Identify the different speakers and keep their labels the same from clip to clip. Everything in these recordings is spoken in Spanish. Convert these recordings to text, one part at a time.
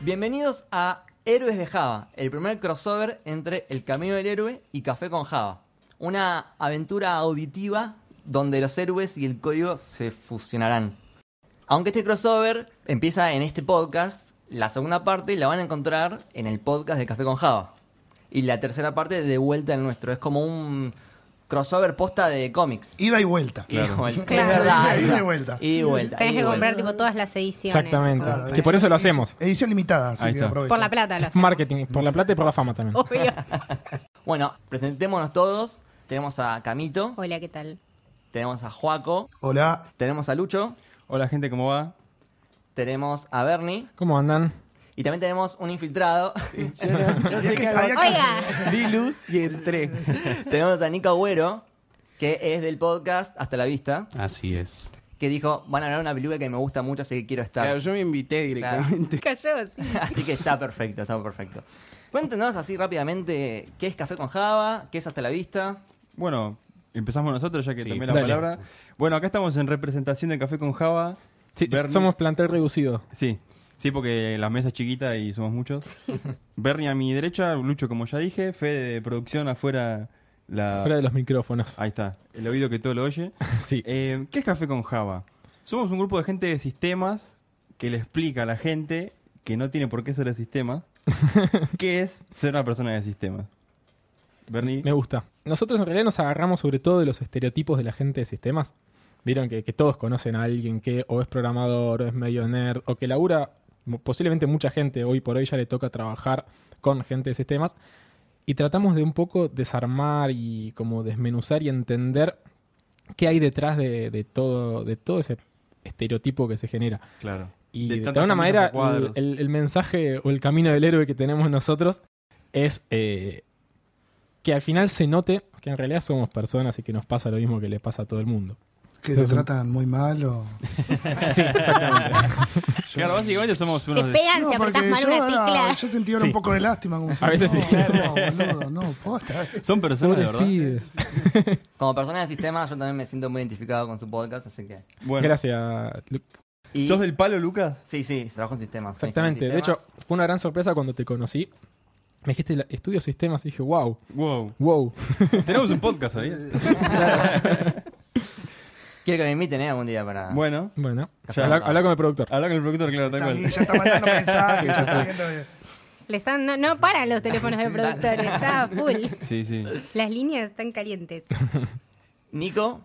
Speaker 1: Bienvenidos a Héroes de Java, el primer crossover entre El Camino del Héroe y Café con Java. Una aventura auditiva donde los héroes y el código se fusionarán. Aunque este crossover empieza en este podcast, la segunda parte la van a encontrar en el podcast de Café con Java. Y la tercera parte de vuelta en nuestro. Es como un crossover posta de cómics.
Speaker 2: Ida y vuelta.
Speaker 1: Y vuelta.
Speaker 2: Claro.
Speaker 1: Es verdad.
Speaker 2: Ida y vuelta.
Speaker 1: Y vuelta.
Speaker 3: Tenés
Speaker 1: y
Speaker 3: que
Speaker 1: vuelta.
Speaker 3: comprar tipo todas las ediciones.
Speaker 4: Exactamente.
Speaker 2: Claro,
Speaker 4: que por eso lo
Speaker 2: edición-
Speaker 4: hacemos.
Speaker 2: Edición limitada, así
Speaker 4: Ahí
Speaker 2: que
Speaker 4: está.
Speaker 2: aprovecho.
Speaker 3: Por la Oh. plata lo hacemos.
Speaker 4: Marketing, por la plata y por la fama también.
Speaker 3: Obvio.
Speaker 1: Bueno, presentémonos todos. Tenemos a Camito,
Speaker 3: Hola, ¿qué tal?
Speaker 1: tenemos a Juaco,
Speaker 2: Hola.
Speaker 1: tenemos a Lucho,
Speaker 5: Hola gente, ¿cómo va?
Speaker 1: tenemos a Bernie
Speaker 4: ¿Cómo andan?
Speaker 1: y también tenemos un infiltrado.
Speaker 2: Había que- había que-
Speaker 3: Oiga,
Speaker 1: Di luz y entré. tenemos a Nico Agüero, que es del podcast Hasta la Vista,
Speaker 5: Así es.
Speaker 1: que dijo, van a hablar de una película que me gusta mucho, así que quiero estar.
Speaker 5: Claro, yo me invité directamente.
Speaker 3: cayó así.
Speaker 1: Así que está perfecto, está perfecto. Cuéntenos así rápidamente qué es Café con Java, qué es Hasta la Vista.
Speaker 6: Bueno, empezamos nosotros ya que
Speaker 5: Sí,
Speaker 6: tomé la
Speaker 4: dale.
Speaker 6: palabra. Bueno, acá estamos en representación de Café con Java.
Speaker 4: Sí,
Speaker 6: Bernie-
Speaker 4: somos plantel reducido.
Speaker 6: Sí, sí, porque la mesa es chiquita y somos muchos. Bernie a mi derecha, Lucho como ya dije, Fede de producción afuera la...
Speaker 4: Fuera de los micrófonos.
Speaker 6: Ah. Ahí está, el oído que todo lo oye.
Speaker 4: Sí.
Speaker 6: Eh, ¿Qué es Café con Java? Somos un grupo de gente de sistemas que le explica a la gente que no tiene por qué ser de sistemas qué es ser una persona de sistemas. Bernie,
Speaker 4: Me gusta. Nosotros en realidad nos agarramos sobre todo de los estereotipos de la gente de sistemas. Vieron que, que todos conocen a alguien que o es programador, o es medio nerd, o que labura, mo- posiblemente mucha gente hoy por hoy ya le toca trabajar con gente de sistemas. Y tratamos de un poco desarmar y como desmenuzar y entender qué hay detrás de, de todo, de todo ese estereotipo que se genera.
Speaker 6: claro.
Speaker 4: Y
Speaker 6: De
Speaker 4: de,
Speaker 6: tantos
Speaker 4: alguna
Speaker 6: caminos
Speaker 4: manera,
Speaker 6: a cuadros.
Speaker 4: el, el- el mensaje o el camino del héroe que tenemos nosotros es eh, que al final se note que en realidad somos personas y que nos pasa lo mismo que le pasa a todo el mundo.
Speaker 2: Que se tratan muy mal o...
Speaker 4: Sí, exactamente.
Speaker 6: Claro, básicamente somos
Speaker 3: Te
Speaker 6: unos... de-
Speaker 3: pegan si apretás mal
Speaker 2: yo,
Speaker 3: una
Speaker 2: ahora-
Speaker 3: tecla.
Speaker 2: yo sentí ahora
Speaker 4: Sí.
Speaker 2: un poco de lástima. como
Speaker 4: A veces
Speaker 2: no,
Speaker 4: sí.
Speaker 2: No, boludo, no, posta.
Speaker 6: Son personas, de
Speaker 4: Pobres
Speaker 6: ¿verdad?
Speaker 4: pibes.
Speaker 1: Como persona del sistema, yo también me siento muy identificado con su podcast, así que...
Speaker 6: Bueno,
Speaker 4: Gracias, Luke.
Speaker 1: Y-
Speaker 6: ¿Sos del palo, Lucas?
Speaker 1: Sí, sí, trabajo en sistemas. soy ingeniero en
Speaker 4: Exactamente. De hecho,
Speaker 1: sistemas.
Speaker 4: fue una gran sorpresa cuando te conocí. Me dijiste, la- estudio sistemas y dije, wow,
Speaker 6: Wow.
Speaker 4: wow.
Speaker 6: Tenemos un podcast, ¿sabías?
Speaker 1: Quiero que me inviten ¿eh? algún día para...
Speaker 6: Bueno,
Speaker 4: Bueno,
Speaker 1: Ya.
Speaker 4: habla, habla con el productor.
Speaker 6: habla con el productor, claro, tal
Speaker 2: Está ahí,
Speaker 6: cual.
Speaker 2: ya está mandando mensajes. ya está viendo de-
Speaker 3: Le están, no, no paran los teléfonos de productores, está full.
Speaker 6: Sí, sí.
Speaker 3: Las líneas están calientes.
Speaker 1: Nico,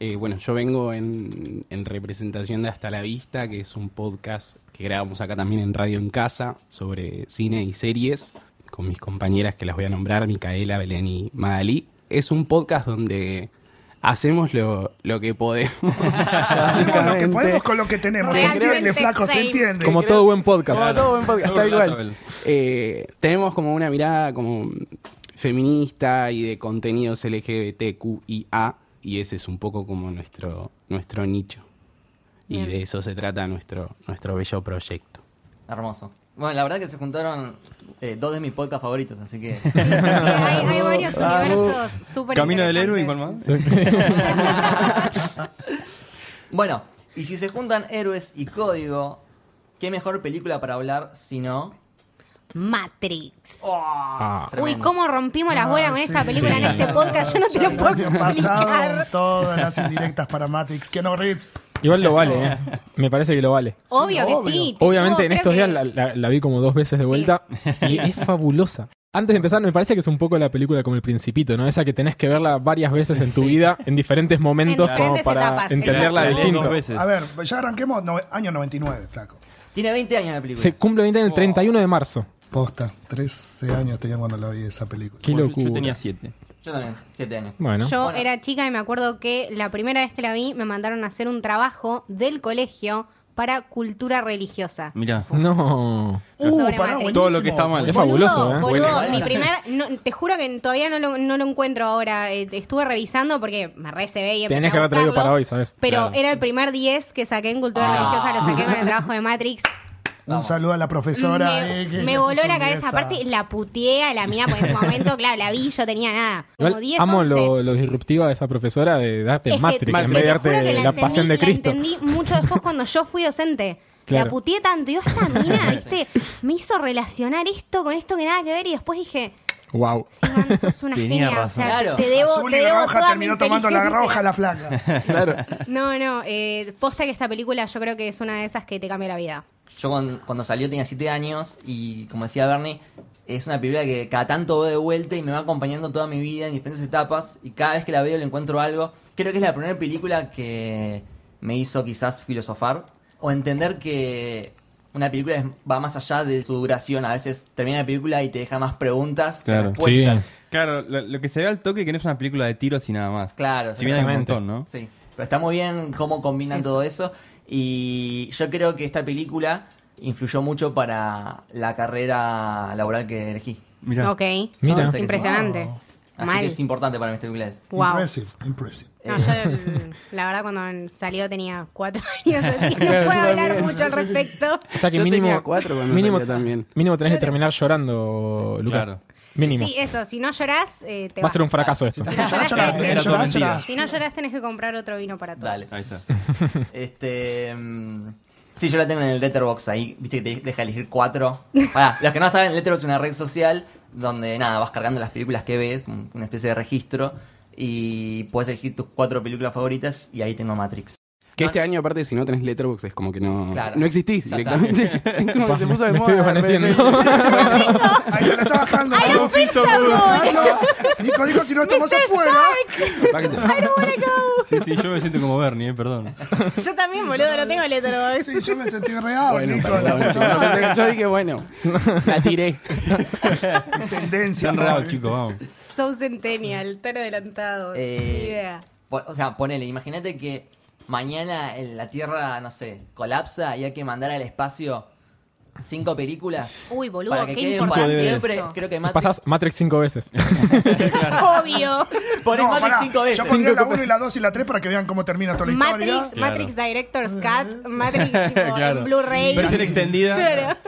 Speaker 5: Eh, bueno, yo vengo en, en representación de Hasta la Vista, que es un podcast que grabamos acá también en Radio en Casa sobre cine y series con mis compañeras que las voy a nombrar, Micaela, Belén y Magalí. Es un podcast donde hacemos lo, lo que podemos.
Speaker 2: Hacemos lo que
Speaker 5: básicamente.
Speaker 2: podemos con lo que tenemos. Se
Speaker 3: Realmente
Speaker 2: entiende, flaco, se
Speaker 3: same.
Speaker 2: entiende.
Speaker 4: Como todo buen podcast.
Speaker 5: Como todo buen podcast,
Speaker 6: Sobre
Speaker 5: tal
Speaker 6: la
Speaker 5: cual.
Speaker 6: tabla.
Speaker 5: Eh, tenemos como una mirada como feminista y de contenidos LGBTQIA y ese es un poco como nuestro, nuestro nicho. Y
Speaker 3: Bien.
Speaker 5: de eso se trata nuestro, nuestro bello proyecto.
Speaker 1: hermoso. Bueno, la verdad que se juntaron eh, dos de mis podcasts favoritos, así que...
Speaker 3: hay, hay varios universos súper
Speaker 6: Camino del héroe y cuál
Speaker 3: interesantes.
Speaker 6: más.
Speaker 1: Bueno, y si se juntan héroes y código, ¿qué mejor película para hablar si no?
Speaker 3: Matrix.
Speaker 4: Ah,
Speaker 3: Uy,
Speaker 1: Tremendo.
Speaker 3: cómo rompimos las bolas
Speaker 2: Ah,
Speaker 3: con
Speaker 2: sí.
Speaker 3: esta película
Speaker 5: Sí.
Speaker 3: en este podcast. Yo no te
Speaker 2: Ya
Speaker 3: lo puedo
Speaker 2: habían pasado
Speaker 3: explicar.
Speaker 2: todas las indirectas para Matrix. Que no rips.
Speaker 4: igual lo vale, ¿eh? Me parece que lo vale.
Speaker 3: Obvio que
Speaker 2: obvio.
Speaker 3: sí. tipo,
Speaker 4: Obviamente en
Speaker 3: creo
Speaker 4: estos
Speaker 3: que-
Speaker 4: días la, la- la vi como dos veces de
Speaker 3: Sí.
Speaker 4: vuelta y es fabulosa. Antes de empezar, me parece que es un poco la película como El Principito, ¿no? Esa que tenés que verla varias veces en tu vida, en diferentes momentos,
Speaker 3: En
Speaker 4: como
Speaker 3: diferentes
Speaker 4: para
Speaker 3: etapas,
Speaker 4: entenderla
Speaker 3: exacto.
Speaker 6: leí dos
Speaker 4: distinto.
Speaker 6: veces.
Speaker 2: A ver, ya arranquemos. no- año 99, flaco.
Speaker 1: Tiene 20 años la película.
Speaker 4: Se cumple 20
Speaker 3: Oh.
Speaker 4: en el 31 de marzo.
Speaker 2: Posta. 13 años tenía cuando la vi esa película.
Speaker 4: Qué
Speaker 6: Bueno, yo-
Speaker 4: locura.
Speaker 6: Yo tenía siete.
Speaker 1: Yo también, 7 años.
Speaker 4: Bueno,
Speaker 3: Yo
Speaker 1: Bueno.
Speaker 3: era chica y me acuerdo que la primera vez que la vi me mandaron a hacer un trabajo del colegio para cultura religiosa.
Speaker 6: Mirá.
Speaker 4: no.
Speaker 2: Uh,
Speaker 3: Sobre
Speaker 2: pará,
Speaker 3: Matrix.
Speaker 2: buenísimo.
Speaker 6: Todo lo que está mal.
Speaker 4: Es fabuloso, ¿eh?
Speaker 3: Boludo, boludo,
Speaker 1: Bueno.
Speaker 3: mi primer. no, te juro que todavía no lo, no lo encuentro ahora. Eh, estuve revisando porque me recebé y empecé
Speaker 4: Tenías
Speaker 3: a
Speaker 4: que haber traído
Speaker 3: buscarlo,
Speaker 4: para hoy, ¿sabes? Ah.
Speaker 3: Pero
Speaker 6: Claro.
Speaker 3: era el primer 10 que saqué en cultura religiosa, lo saqué con el trabajo de Matrix.
Speaker 2: Un saludo a la profesora.
Speaker 3: me
Speaker 2: eh, que
Speaker 3: me
Speaker 2: le
Speaker 3: voló
Speaker 2: puso
Speaker 3: la
Speaker 2: un
Speaker 3: cabeza.
Speaker 2: 10 a-
Speaker 3: Aparte, la puteé a la mina, porque en ese momento, claro, la vi, yo tenía nada.
Speaker 4: Igual
Speaker 3: Como 10
Speaker 4: amo
Speaker 3: 11.
Speaker 4: lo, lo disruptiva de esa profesora de darte
Speaker 3: Es que
Speaker 4: Matrix en
Speaker 3: te
Speaker 4: vez de
Speaker 3: juro
Speaker 4: darte
Speaker 3: que
Speaker 4: la,
Speaker 3: entendí-
Speaker 4: pasión de Cristo.
Speaker 3: La entendí mucho después cuando yo fui docente.
Speaker 4: Claro.
Speaker 3: La puteé tanto. Y yo, esta mina, ¿viste? Me hizo relacionar esto con esto que nada que ver. Y después dije,
Speaker 4: Wow.
Speaker 3: sí, man, sos una
Speaker 6: Tenía
Speaker 3: genia.
Speaker 6: razón.
Speaker 3: O sea,
Speaker 1: Claro.
Speaker 3: te debo,
Speaker 2: Azul
Speaker 3: te
Speaker 2: y
Speaker 3: debo
Speaker 2: roja
Speaker 3: toda
Speaker 2: terminó
Speaker 3: mi
Speaker 2: tomando la
Speaker 3: inteligencia.
Speaker 2: roja a la flaca.
Speaker 4: Claro.
Speaker 3: No, no. eh, posta que esta película yo creo que es una de esas que te cambia la vida.
Speaker 1: Yo cuan- cuando salió tenía 7 años y como decía Bernie, es una película que cada tanto veo de vuelta y me va acompañando toda mi vida en diferentes etapas y cada vez que la veo le encuentro algo. Creo que es la primera película que me hizo quizás filosofar o entender que una película es- va más allá de su duración. A veces termina la película y te deja más preguntas que
Speaker 6: Claro.
Speaker 1: respuestas.
Speaker 6: Claro, lo, lo que se ve al toque que no es una película de tiros y nada más.
Speaker 1: Claro,
Speaker 6: Si bien hay un
Speaker 4: exactamente.
Speaker 6: montón, ¿no?
Speaker 1: Sí, pero está muy bien cómo combinan todo eso. Y yo creo que esta película influyó mucho para la carrera laboral que elegí.
Speaker 6: Mirá.
Speaker 3: Ok.
Speaker 4: Mira.
Speaker 1: No sé qué
Speaker 3: Impresionante.
Speaker 2: Wow.
Speaker 1: Así
Speaker 3: Mal.
Speaker 1: que es importante para mí esta película. Es-
Speaker 3: Wow.
Speaker 2: Impressive, impressive.
Speaker 3: No, yo, el- la verdad, cuando salió tenía cuatro años, así que
Speaker 4: Claro,
Speaker 3: no puedo
Speaker 4: yo
Speaker 3: hablar
Speaker 4: también.
Speaker 3: mucho al respecto.
Speaker 4: O sea que
Speaker 5: Yo
Speaker 4: mínimo.
Speaker 5: tenía cuatro cuando
Speaker 4: mínimo,
Speaker 5: salió también.
Speaker 4: mínimo tenés que terminar llorando, Lucas.
Speaker 6: Claro.
Speaker 4: Mínimo.
Speaker 3: Sí, eso, si no llorás, eh, te
Speaker 4: Va a
Speaker 3: vas.
Speaker 4: ser un fracaso esto.
Speaker 3: Si no
Speaker 2: Llorá,
Speaker 3: llorás,
Speaker 2: llorá,
Speaker 3: tenés que-
Speaker 6: era
Speaker 2: eh, llorá,
Speaker 6: todo mentira.
Speaker 2: llorá.
Speaker 3: si no llorás, tenés que comprar otro vino para todos.
Speaker 1: Dale.
Speaker 6: Ahí está.
Speaker 1: Este. mm, sí, yo la tengo en el Letterboxd ahí. Viste que te deja elegir cuatro. Pará, los que no saben, Letterboxd es una red social donde nada, vas cargando las películas que ves, como una especie de registro. Y puedes elegir tus cuatro películas favoritas. Y ahí tengo Matrix.
Speaker 5: Que este año, aparte, si no tenés Letterboxd, es como que no,
Speaker 1: Claro.
Speaker 5: no existís
Speaker 1: Ya
Speaker 5: directamente. como que se puso de
Speaker 4: Me
Speaker 5: moda.
Speaker 4: estoy desvaneciendo.
Speaker 2: Ahí se le está bajando. Nico. Ah, no. Nico dijo, si no estamos
Speaker 3: Mr.
Speaker 2: afuera.
Speaker 5: Bájense.
Speaker 6: Sí, sí, yo me siento como Bernie, eh, perdón.
Speaker 3: Yo también, boludo, no tengo letterbox.
Speaker 2: Sí, yo me sentí real,
Speaker 5: Bueno,
Speaker 2: Nico.
Speaker 5: perdón,
Speaker 2: la
Speaker 5: chicos, pero Yo dije, bueno, la tiré.
Speaker 2: tendencia.
Speaker 6: Están
Speaker 2: ¿no?
Speaker 6: raros, chicos, vamos.
Speaker 3: So centennial, tan adelantados.
Speaker 1: Eh,
Speaker 3: Ni idea.
Speaker 1: po- o sea, ponele, imagínate que mañana en la Tierra, no sé, colapsa y hay que mandar al espacio cinco películas.
Speaker 3: Uy, boludo,
Speaker 1: para que
Speaker 3: qué
Speaker 1: queden para
Speaker 3: importante
Speaker 1: siempre.
Speaker 3: eso.
Speaker 1: Creo que Matrix.
Speaker 4: Pasás Matrix cinco veces.
Speaker 3: Obvio.
Speaker 1: Ponés
Speaker 2: No,
Speaker 1: Matrix
Speaker 2: pará,
Speaker 1: cinco
Speaker 2: Yo
Speaker 1: veces.
Speaker 2: pondría la 1 y la 2 y la 3 para que vean cómo termina toda la historia.
Speaker 3: Matrix,
Speaker 6: Claro.
Speaker 3: Matrix Director's Cut, Matrix tipo,
Speaker 6: Claro.
Speaker 3: en Blu-ray.
Speaker 6: Versión extendida.
Speaker 3: Claro.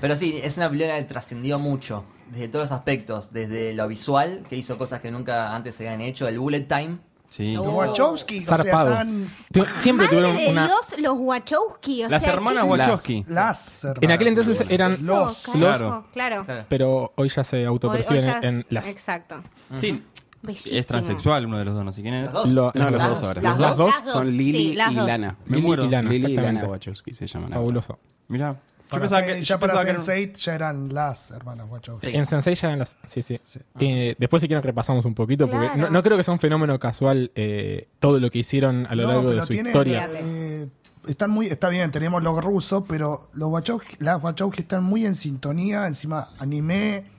Speaker 1: Pero sí, es una película que trascendió mucho. Desde todos los aspectos. Desde lo visual, que hizo cosas que nunca antes se habían hecho. El bullet time.
Speaker 6: Sí.
Speaker 2: Los
Speaker 3: Oh.
Speaker 2: Wachowski, o sea,
Speaker 4: Zarpado.
Speaker 2: tan
Speaker 4: Tu- Siempre
Speaker 3: Madre
Speaker 4: tuvieron
Speaker 3: de
Speaker 4: una.
Speaker 3: Dios, los Wachowski. O
Speaker 6: Las
Speaker 3: sea,
Speaker 6: hermanas
Speaker 3: ¿qué
Speaker 6: Wachowski.
Speaker 2: las hermanas.
Speaker 4: En aquel entonces eran
Speaker 3: es eso,
Speaker 2: los.
Speaker 3: carajo?
Speaker 6: Claro.
Speaker 3: Claro.
Speaker 1: Claro.
Speaker 4: Pero hoy ya se autoperciben
Speaker 3: Hoy- hoy ya
Speaker 4: en
Speaker 3: es-
Speaker 4: las.
Speaker 3: Exacto.
Speaker 6: Sí.
Speaker 3: Bellísimo.
Speaker 6: Es transexual uno de los dos, no sé quién es.
Speaker 1: Los dos.
Speaker 4: Lo-
Speaker 5: No, los
Speaker 1: Las
Speaker 5: dos
Speaker 1: dos,
Speaker 5: ahora.
Speaker 1: las
Speaker 5: Los las
Speaker 3: dos,
Speaker 5: dos
Speaker 3: las
Speaker 5: son
Speaker 3: dos,
Speaker 5: Lili
Speaker 3: sí, las
Speaker 5: y
Speaker 3: dos.
Speaker 5: Lana.
Speaker 4: Lili y Lana,
Speaker 5: Lili y Lana
Speaker 4: exactamente.
Speaker 5: Wachowski se llaman. ahora.
Speaker 4: Fabuloso.
Speaker 6: Mirá. Yo
Speaker 2: Para
Speaker 6: pensaba
Speaker 2: Sense-
Speaker 6: que, yo
Speaker 2: ya para
Speaker 6: pensaba que era un-
Speaker 2: Sense8 ya eran las hermanas Wachowski.
Speaker 1: Sí.
Speaker 4: En Sensei ya en las. Sí, sí. Eh, después, si quieren, repasamos un poquito. Porque
Speaker 3: Claro.
Speaker 4: no, no creo que sea un fenómeno casual eh, todo lo que hicieron a lo largo de su historia.
Speaker 2: eh, están muy, está bien, tenemos los rusos, pero los Wachowski, las Wachowski están muy en sintonía, encima anime.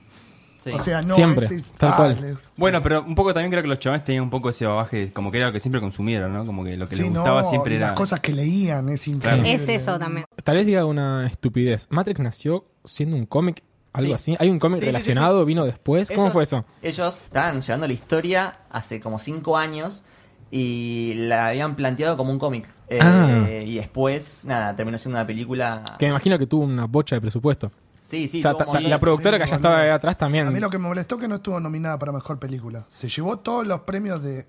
Speaker 1: Sí.
Speaker 2: O sea, no
Speaker 4: Siempre,
Speaker 2: es-
Speaker 4: tal cual.
Speaker 2: le-
Speaker 6: Bueno, pero un poco también creo que los chavales tenían un poco ese babaje, como que era lo que siempre consumieron, ¿no? Como que lo que
Speaker 2: sí,
Speaker 6: les
Speaker 2: no,
Speaker 6: gustaba siempre
Speaker 2: y
Speaker 6: era.
Speaker 2: Las cosas que leían, es increíble.
Speaker 3: Es eso también.
Speaker 4: Tal vez diga una estupidez. Matrix nació siendo un cómic, algo
Speaker 1: Sí.
Speaker 4: así. ¿Hay un cómic
Speaker 1: Sí, sí, sí,
Speaker 4: relacionado? ¿Vino después? ¿Cómo
Speaker 1: Ellos-
Speaker 4: fue eso?
Speaker 1: Ellos estaban llevando la historia hace como cinco años y la habían planteado como un cómic. Eh,
Speaker 4: Ah.
Speaker 1: Y después, nada, terminó siendo una película.
Speaker 4: Que me imagino que tuvo una bocha de presupuesto.
Speaker 1: Sí, sí,
Speaker 4: O sea,
Speaker 1: tuvo
Speaker 4: ta-
Speaker 1: un
Speaker 4: y la
Speaker 1: montón.
Speaker 4: productora
Speaker 2: Sí,
Speaker 4: que
Speaker 2: sí,
Speaker 4: ya estaba
Speaker 2: boludo.
Speaker 4: ahí atrás
Speaker 2: A mí
Speaker 4: también.
Speaker 2: lo que me molestó que no estuvo nominada para mejor película. Se llevó todos los premios de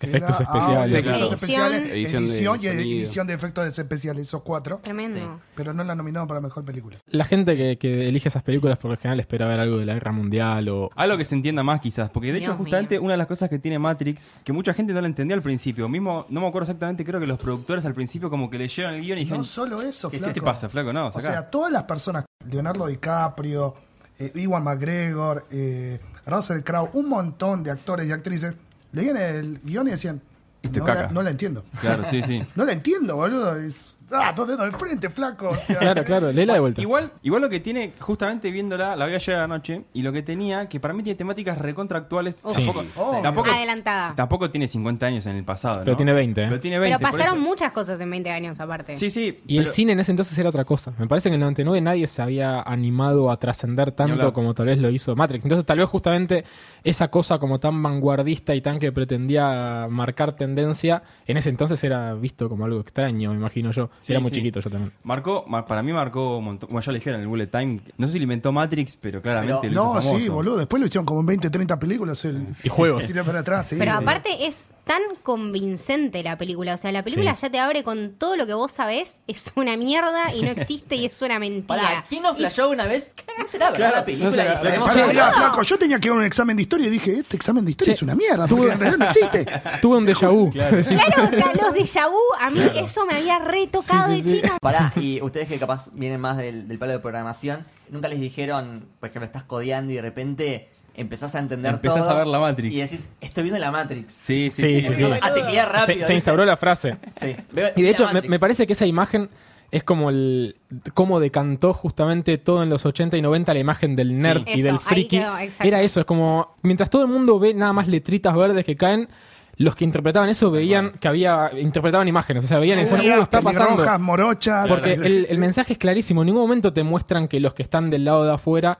Speaker 4: Efectos
Speaker 2: era- ah,
Speaker 4: especiales.
Speaker 2: efectos
Speaker 5: Claro.
Speaker 2: especiales, edición,
Speaker 5: Edición de
Speaker 2: y
Speaker 5: sonido.
Speaker 2: edición de efectos especiales, esos cuatro,
Speaker 3: Tremendo.
Speaker 2: pero no la nominaron para mejor película.
Speaker 4: La gente que, que elige esas películas por lo general espera ver algo de la guerra mundial o.
Speaker 6: Algo que se entienda más quizás, porque de hecho
Speaker 3: Dios
Speaker 6: justamente
Speaker 3: mío.
Speaker 6: una de las cosas que tiene Matrix, que mucha gente no la entendía al principio, mismo no me acuerdo exactamente, creo que los productores al principio como que leyeron el guión y dijeron,
Speaker 2: No solo eso,
Speaker 6: ¿qué
Speaker 2: flaco.
Speaker 6: te pasa, este flaco? No,
Speaker 2: O
Speaker 6: sacá.
Speaker 2: sea, todas las personas, Leonardo DiCaprio, eh, Iwan McGregor, eh, Russell Crowe, un montón de actores y actrices, leían el guión y decían,
Speaker 6: Este
Speaker 2: no
Speaker 6: caca".
Speaker 2: la, no la entiendo.
Speaker 6: Claro, sí, sí.
Speaker 2: No la entiendo, boludo. Es, ah, dos dedos enfrente, flaco. O sea,
Speaker 4: ah, Claro, claro, léela de vuelta.
Speaker 6: Igual, igual lo que tiene, justamente viéndola, la vi ayer a la noche, y lo que tenía, que para mí tiene temáticas recontractuales,
Speaker 4: Sí.
Speaker 6: tampoco,
Speaker 2: Obvio.
Speaker 6: tampoco,
Speaker 3: Adelantada.
Speaker 6: tampoco tiene 50 años en el pasado.
Speaker 4: Pero
Speaker 6: ¿no?
Speaker 4: tiene 20, ¿eh?
Speaker 6: Pero tiene 20.
Speaker 3: Pero
Speaker 6: por
Speaker 3: pasaron
Speaker 6: eso.
Speaker 3: muchas cosas en 20 años aparte.
Speaker 6: Sí, sí.
Speaker 4: Y el
Speaker 6: pero-
Speaker 4: cine en ese entonces era otra cosa. Me parece que en el 99 nadie se había animado a trascender tanto
Speaker 6: hablar.
Speaker 4: como tal vez lo hizo Matrix. Entonces tal vez justamente esa cosa como tan vanguardista y tan que pretendía marcar tendencia, en ese entonces era visto como algo extraño, me imagino yo.
Speaker 6: Sí,
Speaker 4: era muy
Speaker 6: sí.
Speaker 4: chiquito yo también.
Speaker 6: Marcó, mar- para mí marcó un montón. Bueno, ya lo dijeron en el Bullet Time. No sé si lo inventó Matrix, pero claramente
Speaker 1: Pero-
Speaker 6: lo hizo
Speaker 2: No,
Speaker 6: famoso.
Speaker 2: sí, boludo. Después lo hicieron como en 20, 30 películas. El,
Speaker 4: Y juegos.
Speaker 2: Tira para atrás, sí.
Speaker 3: Pero
Speaker 2: Sí.
Speaker 3: aparte es tan convincente la película. O sea, la película
Speaker 5: Sí.
Speaker 3: ya te abre con todo lo que vos sabés. Es una mierda y no existe y es una mentira.
Speaker 1: Pará, ¿quién nos
Speaker 3: Y-
Speaker 1: flashó una vez? No será verdad la película.
Speaker 5: no será-
Speaker 1: Y
Speaker 5: la-
Speaker 1: tenemos-
Speaker 2: Pará, mirá,
Speaker 1: No.
Speaker 2: flaco, yo tenía que ir a un examen de historia y dije, este examen de historia
Speaker 4: Che,
Speaker 2: es una mierda,
Speaker 4: tuve-
Speaker 2: porque en realidad no existe.
Speaker 4: Tuve un déjà vu. Decís,
Speaker 3: Claro, o sea, los déjà vu, a mí eso me había retocado
Speaker 4: Sí, sí,
Speaker 3: de
Speaker 4: sí.
Speaker 3: chica.
Speaker 1: Pará, y ustedes que capaz vienen más del, del palo de programación, nunca les dijeron, por ejemplo, estás codeando y de repente empezás a entender
Speaker 6: Empezás
Speaker 1: todo
Speaker 6: a ver la Matrix.
Speaker 1: Y decís, estoy viendo la Matrix.
Speaker 6: Sí,
Speaker 4: Sí,
Speaker 6: sí, sí.
Speaker 1: Y
Speaker 4: sí,
Speaker 1: empezás
Speaker 4: sí.
Speaker 1: A teclear rápido.
Speaker 4: se, se
Speaker 1: ¿viste?
Speaker 4: instauró la frase.
Speaker 1: Sí. Veo-
Speaker 4: Y de
Speaker 1: la
Speaker 4: hecho, me,
Speaker 1: Matrix.
Speaker 4: me parece que esa imagen es como el cómo decantó justamente todo en los 80 y 90 la imagen del nerd
Speaker 3: Sí.
Speaker 4: y
Speaker 3: Eso,
Speaker 4: del
Speaker 3: ahí
Speaker 4: friki.
Speaker 3: quedó, exacto.
Speaker 4: Era eso, es como mientras todo el mundo ve nada más letritas verdes que caen, los que interpretaban eso veían que había interpretaban imágenes, o sea, veían y decían, "Uh,
Speaker 2: Rojas,
Speaker 4: está pasando.
Speaker 2: pelirrojas, morochas. eh,
Speaker 4: Porque el, el mensaje es clarísimo. En ningún momento te muestran que los que están del lado de afuera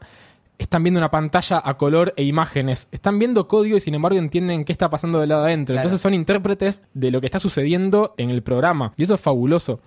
Speaker 4: están viendo una pantalla a color e imágenes. Están viendo código y sin embargo entienden qué está pasando del lado de adentro.
Speaker 1: Claro.
Speaker 4: Entonces son intérpretes de lo que está sucediendo en el programa. Y eso es fabuloso.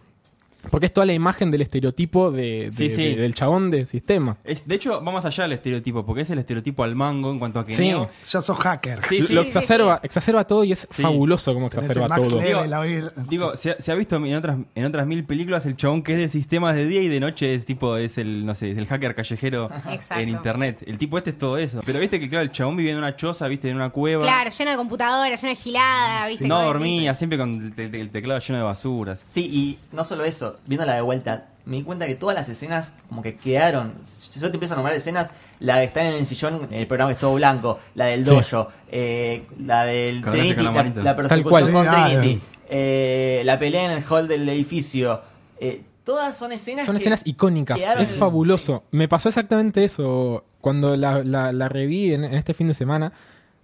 Speaker 4: Porque es toda la imagen del estereotipo de, de-
Speaker 6: Sí, sí.
Speaker 4: de- del chabón de sistema.
Speaker 6: Es- de hecho, va más allá del estereotipo, porque es el estereotipo al mango en cuanto a que Neo-
Speaker 2: Ya sos hacker.
Speaker 6: Sí, sí.
Speaker 4: Lo exacerba, exacerba todo y es
Speaker 6: Sí.
Speaker 4: fabuloso como
Speaker 2: Tenés el
Speaker 4: exacerba
Speaker 2: Max
Speaker 4: todo.
Speaker 2: Level, la oír-
Speaker 6: Digo, se, ha- se ha visto en otras, en otras mil películas el chabón que es de sistemas de día y de noche es tipo, es el, no sé, es el hacker callejero
Speaker 3: Exacto.
Speaker 6: en internet. El tipo este es todo eso. Pero viste que, claro, el chabón vive en una choza, viste, en una cueva.
Speaker 3: Claro, lleno de computadora, lleno de gilada, ¿viste?
Speaker 6: No
Speaker 3: Como
Speaker 6: dormía,
Speaker 3: decís.
Speaker 6: siempre con el, te- el teclado lleno de basuras.
Speaker 1: Sí, y no solo eso, viéndola de vuelta, me di cuenta que todas las escenas como que quedaron. Si Yo te empiezo a nombrar escenas, la de estar en el sillón, el programa es todo blanco, la del
Speaker 4: Sí.
Speaker 1: dojo, eh, la del
Speaker 6: Cargarse
Speaker 1: Trinity,
Speaker 6: con la
Speaker 1: la,
Speaker 6: manito.
Speaker 1: la
Speaker 4: Tal cual.
Speaker 1: persecución con
Speaker 2: Sí, ah,
Speaker 1: Trinity, eh, la pelea en el hall del edificio. eh, todas son escenas
Speaker 4: Son
Speaker 1: que
Speaker 4: escenas icónicas,
Speaker 1: quedaron-
Speaker 4: es fabuloso. Me pasó exactamente eso cuando la, la- la reví en, en este fin de semana.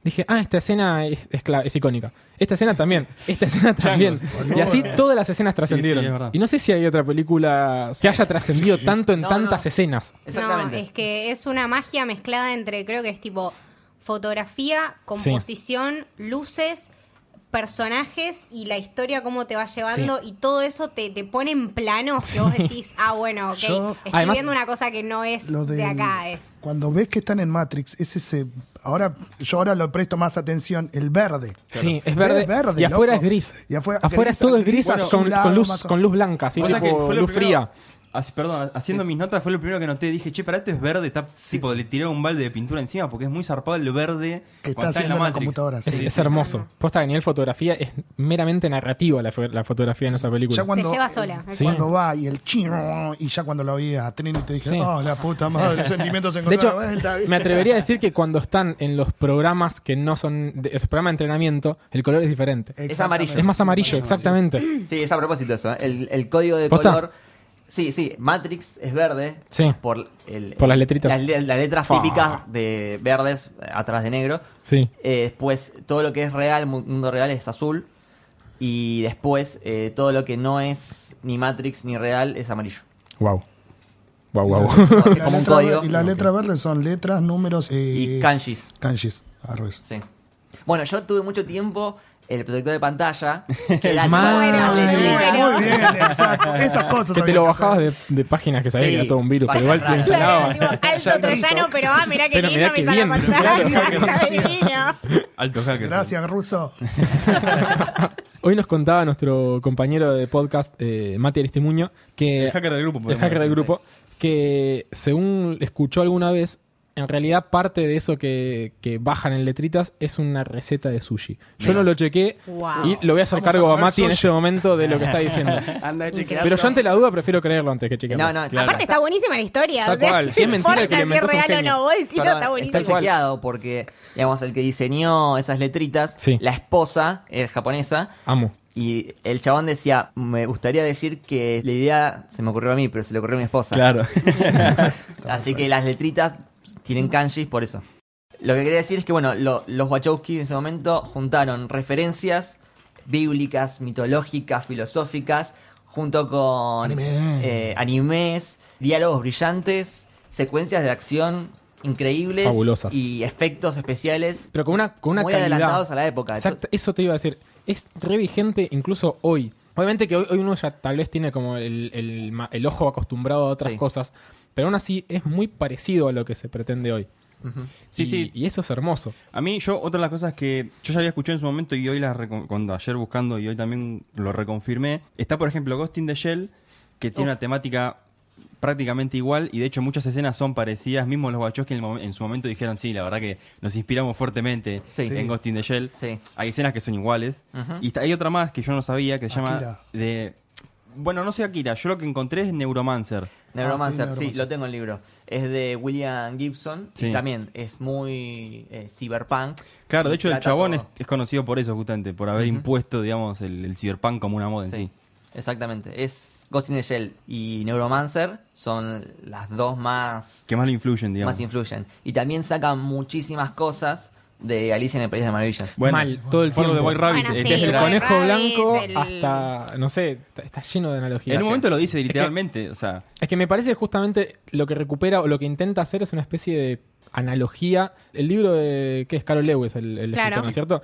Speaker 4: Dije, ah, esta escena es, es cla- es icónica. Esta escena también. Esta escena también. Y así todas las escenas trascendieron.
Speaker 6: sí, es verdad.
Speaker 4: y no sé si hay otra película que haya trascendido tanto en
Speaker 1: No,
Speaker 4: tantas
Speaker 1: no.
Speaker 4: escenas.
Speaker 1: Exactamente.
Speaker 3: No, es que es una magia mezclada entre, creo que es tipo fotografía, composición, luces, personajes y la historia, cómo te va llevando. Y todo eso te, te pone en planos que vos decís, ah, bueno, ok,
Speaker 2: Yo-
Speaker 3: estoy
Speaker 4: Además-
Speaker 3: viendo una cosa que no es
Speaker 2: lo
Speaker 3: de,
Speaker 2: del-
Speaker 3: acá. Es.
Speaker 2: Cuando ves que están en Matrix, es ese. Ahora, yo ahora lo presto más atención, el verde.
Speaker 4: Sí, es verde.
Speaker 2: Es verde,
Speaker 4: y afuera
Speaker 2: loco.
Speaker 4: es gris.
Speaker 2: Y afuera-
Speaker 4: afuera es todo es gris
Speaker 2: Bueno,
Speaker 4: con,
Speaker 2: azulado,
Speaker 4: con luz,
Speaker 2: más o-
Speaker 4: con luz blanca, así
Speaker 6: O sea que
Speaker 4: tipo
Speaker 6: fue lo
Speaker 4: luz
Speaker 6: primero-
Speaker 4: fría.
Speaker 6: as- perdón, haciendo mis notas fue lo primero que noté. Dije, che, para esto es verde. Está, tipo, le tiraron un balde de pintura encima porque es muy zarpado el verde.
Speaker 2: Que está
Speaker 6: cuando
Speaker 2: haciendo en la
Speaker 6: Matrix.
Speaker 2: computadora, sí.
Speaker 4: Es, es hermoso. Posta que nivel fotografía es meramente narrativa la, fo- la fotografía en esa película.
Speaker 2: Ya cuando,
Speaker 3: te lleva sola.
Speaker 4: Sí.
Speaker 2: cuando va y el chino, y ya cuando lo vi a Trini te dije,
Speaker 4: Sí.
Speaker 2: oh, la puta madre, los sentimientos se
Speaker 4: De hecho,
Speaker 2: encontraron. vuelta, ¿viste?
Speaker 4: me atrevería a decir que cuando están en los programas que no son de, el programa de entrenamiento, el color es diferente.
Speaker 1: Es amarillo.
Speaker 4: Es más amarillo,
Speaker 2: Sí,
Speaker 4: exactamente.
Speaker 1: Sí, es a propósito eso. ¿eh? El, el código de
Speaker 4: ¿Posta?
Speaker 1: color. Sí, sí, Matrix es verde.
Speaker 4: Sí.
Speaker 1: Por, el-
Speaker 4: Por las letritas.
Speaker 1: Las, le- las letras típicas de verdes eh, atrás de negro.
Speaker 4: Sí.
Speaker 1: Eh, después, todo lo que es real, mu- mundo real, es azul. Y después, eh, todo lo que no es ni Matrix ni real es amarillo.
Speaker 4: Wow. Wow, wow.
Speaker 1: Como
Speaker 2: La
Speaker 1: como un
Speaker 2: letra
Speaker 1: código.
Speaker 2: ver- Y las letras verdes son letras, números eh,
Speaker 1: Y kanjis.
Speaker 2: kanjis. al revés.
Speaker 1: Sí. Bueno, yo tuve mucho tiempo el protector de pantalla. Que era todas
Speaker 4: Mal.
Speaker 1: las
Speaker 4: Muy
Speaker 1: letritas.
Speaker 2: Muy bien, exacto. Esas cosas.
Speaker 4: Que te
Speaker 2: había
Speaker 4: lo
Speaker 2: que
Speaker 4: bajabas
Speaker 2: hacer.
Speaker 4: de, de páginas que sabías
Speaker 1: Sí,
Speaker 4: que era todo un virus, pero igual te lo
Speaker 1: páginas
Speaker 3: Claro,
Speaker 4: instalabas.
Speaker 3: digo, alto troyano, pero ah, mirá que
Speaker 4: Pero
Speaker 3: lindo
Speaker 4: mirá qué
Speaker 3: me sale la
Speaker 4: bien.
Speaker 3: pantalla. Está divino.
Speaker 6: Alto hacker.
Speaker 2: Gracias, Russo.
Speaker 4: Hoy nos contaba nuestro compañero de podcast, eh, Mati Aristimuño, que
Speaker 6: El hacker del grupo.
Speaker 4: el
Speaker 6: podemos
Speaker 4: hacker del
Speaker 6: decir.
Speaker 4: grupo, que según escuchó alguna vez, en realidad parte de eso que, que bajan en letritas es una receta de sushi. Yo no lo chequé
Speaker 3: Wow.
Speaker 4: y lo voy a hacer
Speaker 2: Vamos a
Speaker 4: cargo a,
Speaker 2: comer
Speaker 4: Mati en
Speaker 2: sushi.
Speaker 4: este momento de lo que está diciendo.
Speaker 5: Anda a chequear.
Speaker 4: Pero yo ante la duda prefiero creerlo antes que chequearlo.
Speaker 1: No, no,
Speaker 6: Claro.
Speaker 3: Aparte está buenísima la historia.
Speaker 4: Tal
Speaker 3: o sea,
Speaker 4: cual, si es
Speaker 3: no
Speaker 4: mentira el que
Speaker 3: importa
Speaker 4: le inventó es
Speaker 3: si
Speaker 4: un
Speaker 3: es real o
Speaker 4: genio.
Speaker 3: no, vos decís, no,
Speaker 1: Perdón,
Speaker 3: está buenísimo.
Speaker 1: está chequeado porque, digamos, el que diseñó esas letritas,
Speaker 4: Sí.
Speaker 1: la esposa era japonesa,
Speaker 4: Amo.
Speaker 1: y el chabón decía, me gustaría decir que la idea se me ocurrió a mí, pero se le ocurrió a mi esposa.
Speaker 6: Claro.
Speaker 1: Así que las letritas tienen kanjis por eso. Lo que quería decir es que, bueno, lo- los Wachowski en ese momento juntaron referencias bíblicas, mitológicas, filosóficas, junto con
Speaker 2: Anime.
Speaker 1: eh, animes, diálogos brillantes, secuencias de acción increíbles
Speaker 4: Fabulosas.
Speaker 1: y efectos
Speaker 2: Ah,
Speaker 1: especiales
Speaker 4: Pero con una, con una
Speaker 1: muy
Speaker 4: calidad.
Speaker 1: adelantados a la época.
Speaker 4: Exacto, eso te iba a decir. Es revigente incluso hoy. Obviamente que hoy, hoy uno ya tal vez tiene como el, el ma- el ojo acostumbrado a otras
Speaker 1: Sí.
Speaker 4: cosas, pero aún así es muy parecido a lo que se pretende hoy.
Speaker 6: Sí,
Speaker 4: y,
Speaker 6: sí.
Speaker 4: Y eso es hermoso.
Speaker 6: A mí, yo, otra de las cosas que yo ya había escuchado en su momento y hoy las recon- cuando ayer buscando y hoy también lo reconfirmé, está por ejemplo Ghost in the Shell, que tiene
Speaker 2: Oh.
Speaker 6: una temática prácticamente igual y de hecho muchas escenas son parecidas. Mismo los Wachowski en, el mom- en su momento dijeron, sí, la verdad que nos inspiramos fuertemente
Speaker 1: Sí.
Speaker 6: en
Speaker 1: Sí.
Speaker 6: Ghost in the Shell.
Speaker 1: Sí.
Speaker 6: Hay escenas que son iguales. Y está- hay otra más que yo no sabía que se llama
Speaker 2: Akira.
Speaker 6: de... Bueno, no sé Akira, yo lo que encontré es Neuromancer.
Speaker 1: Neuromancer,
Speaker 2: Ah,
Speaker 1: sí,
Speaker 2: sí, Neuromancer.
Speaker 1: lo tengo en el libro. Es de William Gibson
Speaker 6: Sí.
Speaker 1: y también es muy eh, cyberpunk.
Speaker 6: Claro,
Speaker 1: Y
Speaker 6: de hecho el
Speaker 1: trata
Speaker 6: chabón es,
Speaker 1: todo.
Speaker 6: es conocido por eso justamente, por haber impuesto, digamos, el, el cyberpunk como una moda en sí.
Speaker 1: Sí, exactamente. Es Ghost in the Shell y Neuromancer son las dos más,
Speaker 6: Que más lo influyen, digamos.
Speaker 1: más influyen. Y también sacan muchísimas cosas de Alicia en el País de las Maravillas.
Speaker 6: bueno,
Speaker 4: Mal, todo el
Speaker 6: fue lo de
Speaker 4: tiempo.
Speaker 6: White Rabbit.
Speaker 3: Bueno,
Speaker 6: eh,
Speaker 3: sí,
Speaker 6: Tesla.
Speaker 4: Desde el
Speaker 3: White
Speaker 4: conejo
Speaker 3: Rabbit,
Speaker 4: blanco
Speaker 3: el-
Speaker 4: hasta, no sé, está- está lleno de analogías.
Speaker 6: en un momento lo dice
Speaker 4: Es que-
Speaker 6: literalmente, o sea,
Speaker 4: Es que me parece justamente lo que recupera o lo que intenta hacer es una especie de analogía. El libro de. ¿Qué es? Carol Lewis, el, el
Speaker 3: Claro.
Speaker 4: escritor, ¿no es cierto?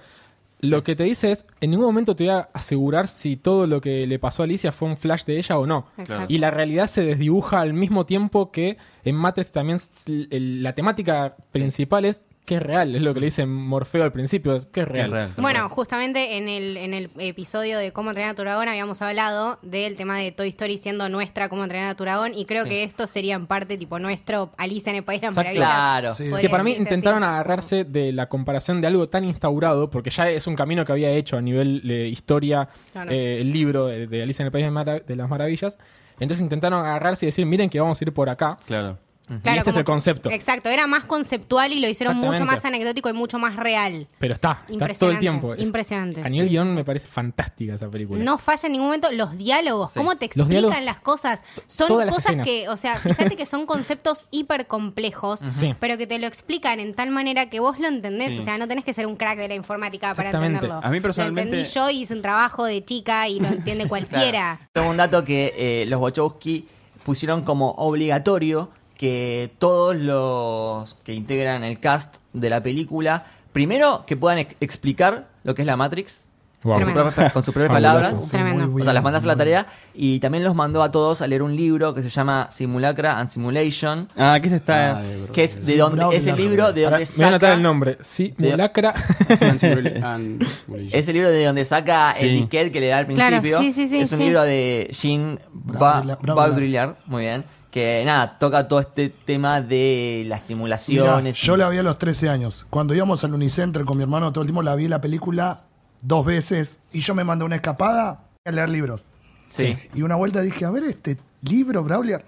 Speaker 4: Lo que te dice es: en ningún momento te voy a asegurar si todo lo que le pasó a Alicia fue un flash de ella o no.
Speaker 3: Exacto.
Speaker 4: Y la realidad se desdibuja al mismo tiempo que en Matrix también s- el- la temática principal es que es real. Es lo que le dice Morfeo al principio: es que es real.
Speaker 6: real.
Speaker 3: Bueno, justamente en el, en el episodio de Cómo entrenar a tu dragón habíamos hablado del tema de Toy Story siendo nuestra Cómo entrenar a tu dragón y creo
Speaker 1: Sí.
Speaker 3: que esto sería en parte tipo nuestro Alicia en el País de las
Speaker 4: Exacto.
Speaker 3: Maravillas.
Speaker 1: Claro.
Speaker 2: Sí.
Speaker 3: Podría
Speaker 4: Que para mí
Speaker 3: decirse
Speaker 4: intentaron
Speaker 3: así.
Speaker 4: agarrarse de la comparación de algo tan instaurado, porque ya es un camino que había hecho a nivel eh, historia,
Speaker 3: Claro.
Speaker 4: eh, el libro de, de Alicia en el País de, Mara- de las Maravillas. Entonces intentaron agarrarse y decir, miren que vamos a ir por acá.
Speaker 6: claro.
Speaker 3: Claro,
Speaker 4: y este es
Speaker 3: como-
Speaker 4: el concepto.
Speaker 3: Exacto, era más conceptual y lo hicieron mucho
Speaker 4: Exactamente.
Speaker 3: más anecdótico y mucho más real.
Speaker 4: Pero está, está
Speaker 3: Impresionante,
Speaker 4: todo el tiempo. Es-
Speaker 3: impresionante.
Speaker 4: A nivel guión me parece fantástica esa película.
Speaker 3: No falla en ningún momento los diálogos,
Speaker 1: Sí.
Speaker 3: cómo te
Speaker 4: Los diálogos-
Speaker 3: explican las cosas. Son
Speaker 4: todas las
Speaker 3: cosas
Speaker 4: escenas.
Speaker 3: que, o sea, fíjate que son conceptos hiper complejos,
Speaker 4: Sí.
Speaker 3: pero que te lo explican en tal manera que vos lo entendés.
Speaker 6: Sí.
Speaker 3: O sea, no tenés que ser un crack de la informática para
Speaker 4: Exactamente.
Speaker 3: entenderlo.
Speaker 6: A mí personalmente-
Speaker 3: Lo entendí yo y hice un trabajo de chica y lo entiende cualquiera.
Speaker 1: Tengo un dato que eh, los Wachowski pusieron como obligatorio que todos los que integran el cast de la película, primero que puedan ex- explicar lo que es la Matrix.
Speaker 4: Wow.
Speaker 1: Con, sus propias, con sus propias
Speaker 4: Fabuloso.
Speaker 1: palabras.
Speaker 2: Sí,
Speaker 3: Tremendo.
Speaker 2: muy
Speaker 1: O sea, las
Speaker 2: bien,
Speaker 1: mandas a la
Speaker 2: muy
Speaker 1: tarea y también los mandó a todos a leer un libro que se llama Simulacra and Simulation,
Speaker 6: Ah, ¿qué se está?
Speaker 5: Ah, de
Speaker 1: que es de donde
Speaker 2: Simulacra.
Speaker 1: es el libro de
Speaker 4: Pará,
Speaker 1: donde
Speaker 4: me voy a anotar
Speaker 1: saca
Speaker 4: el nombre. Sí,
Speaker 1: de-
Speaker 4: Mulacra.
Speaker 5: Mansell and-
Speaker 1: es el libro de donde saca el
Speaker 6: Sí.
Speaker 1: disquete que le da al
Speaker 3: Claro,
Speaker 1: principio.
Speaker 3: sí, sí, sí,
Speaker 1: es un
Speaker 3: sí.
Speaker 1: libro de Jean
Speaker 2: Baudrillard.
Speaker 1: Baudrillard, muy bien, que nada, toca todo este tema de las
Speaker 2: Mirá,
Speaker 1: simulaciones.
Speaker 2: yo la vi a los 13 años. Cuando íbamos al Unicenter con mi hermano todo el tiempo, la vi la película dos veces y yo me mandé una escapada a leer libros.
Speaker 1: Sí.
Speaker 2: Y una vuelta dije, a ver este libro, Braulia.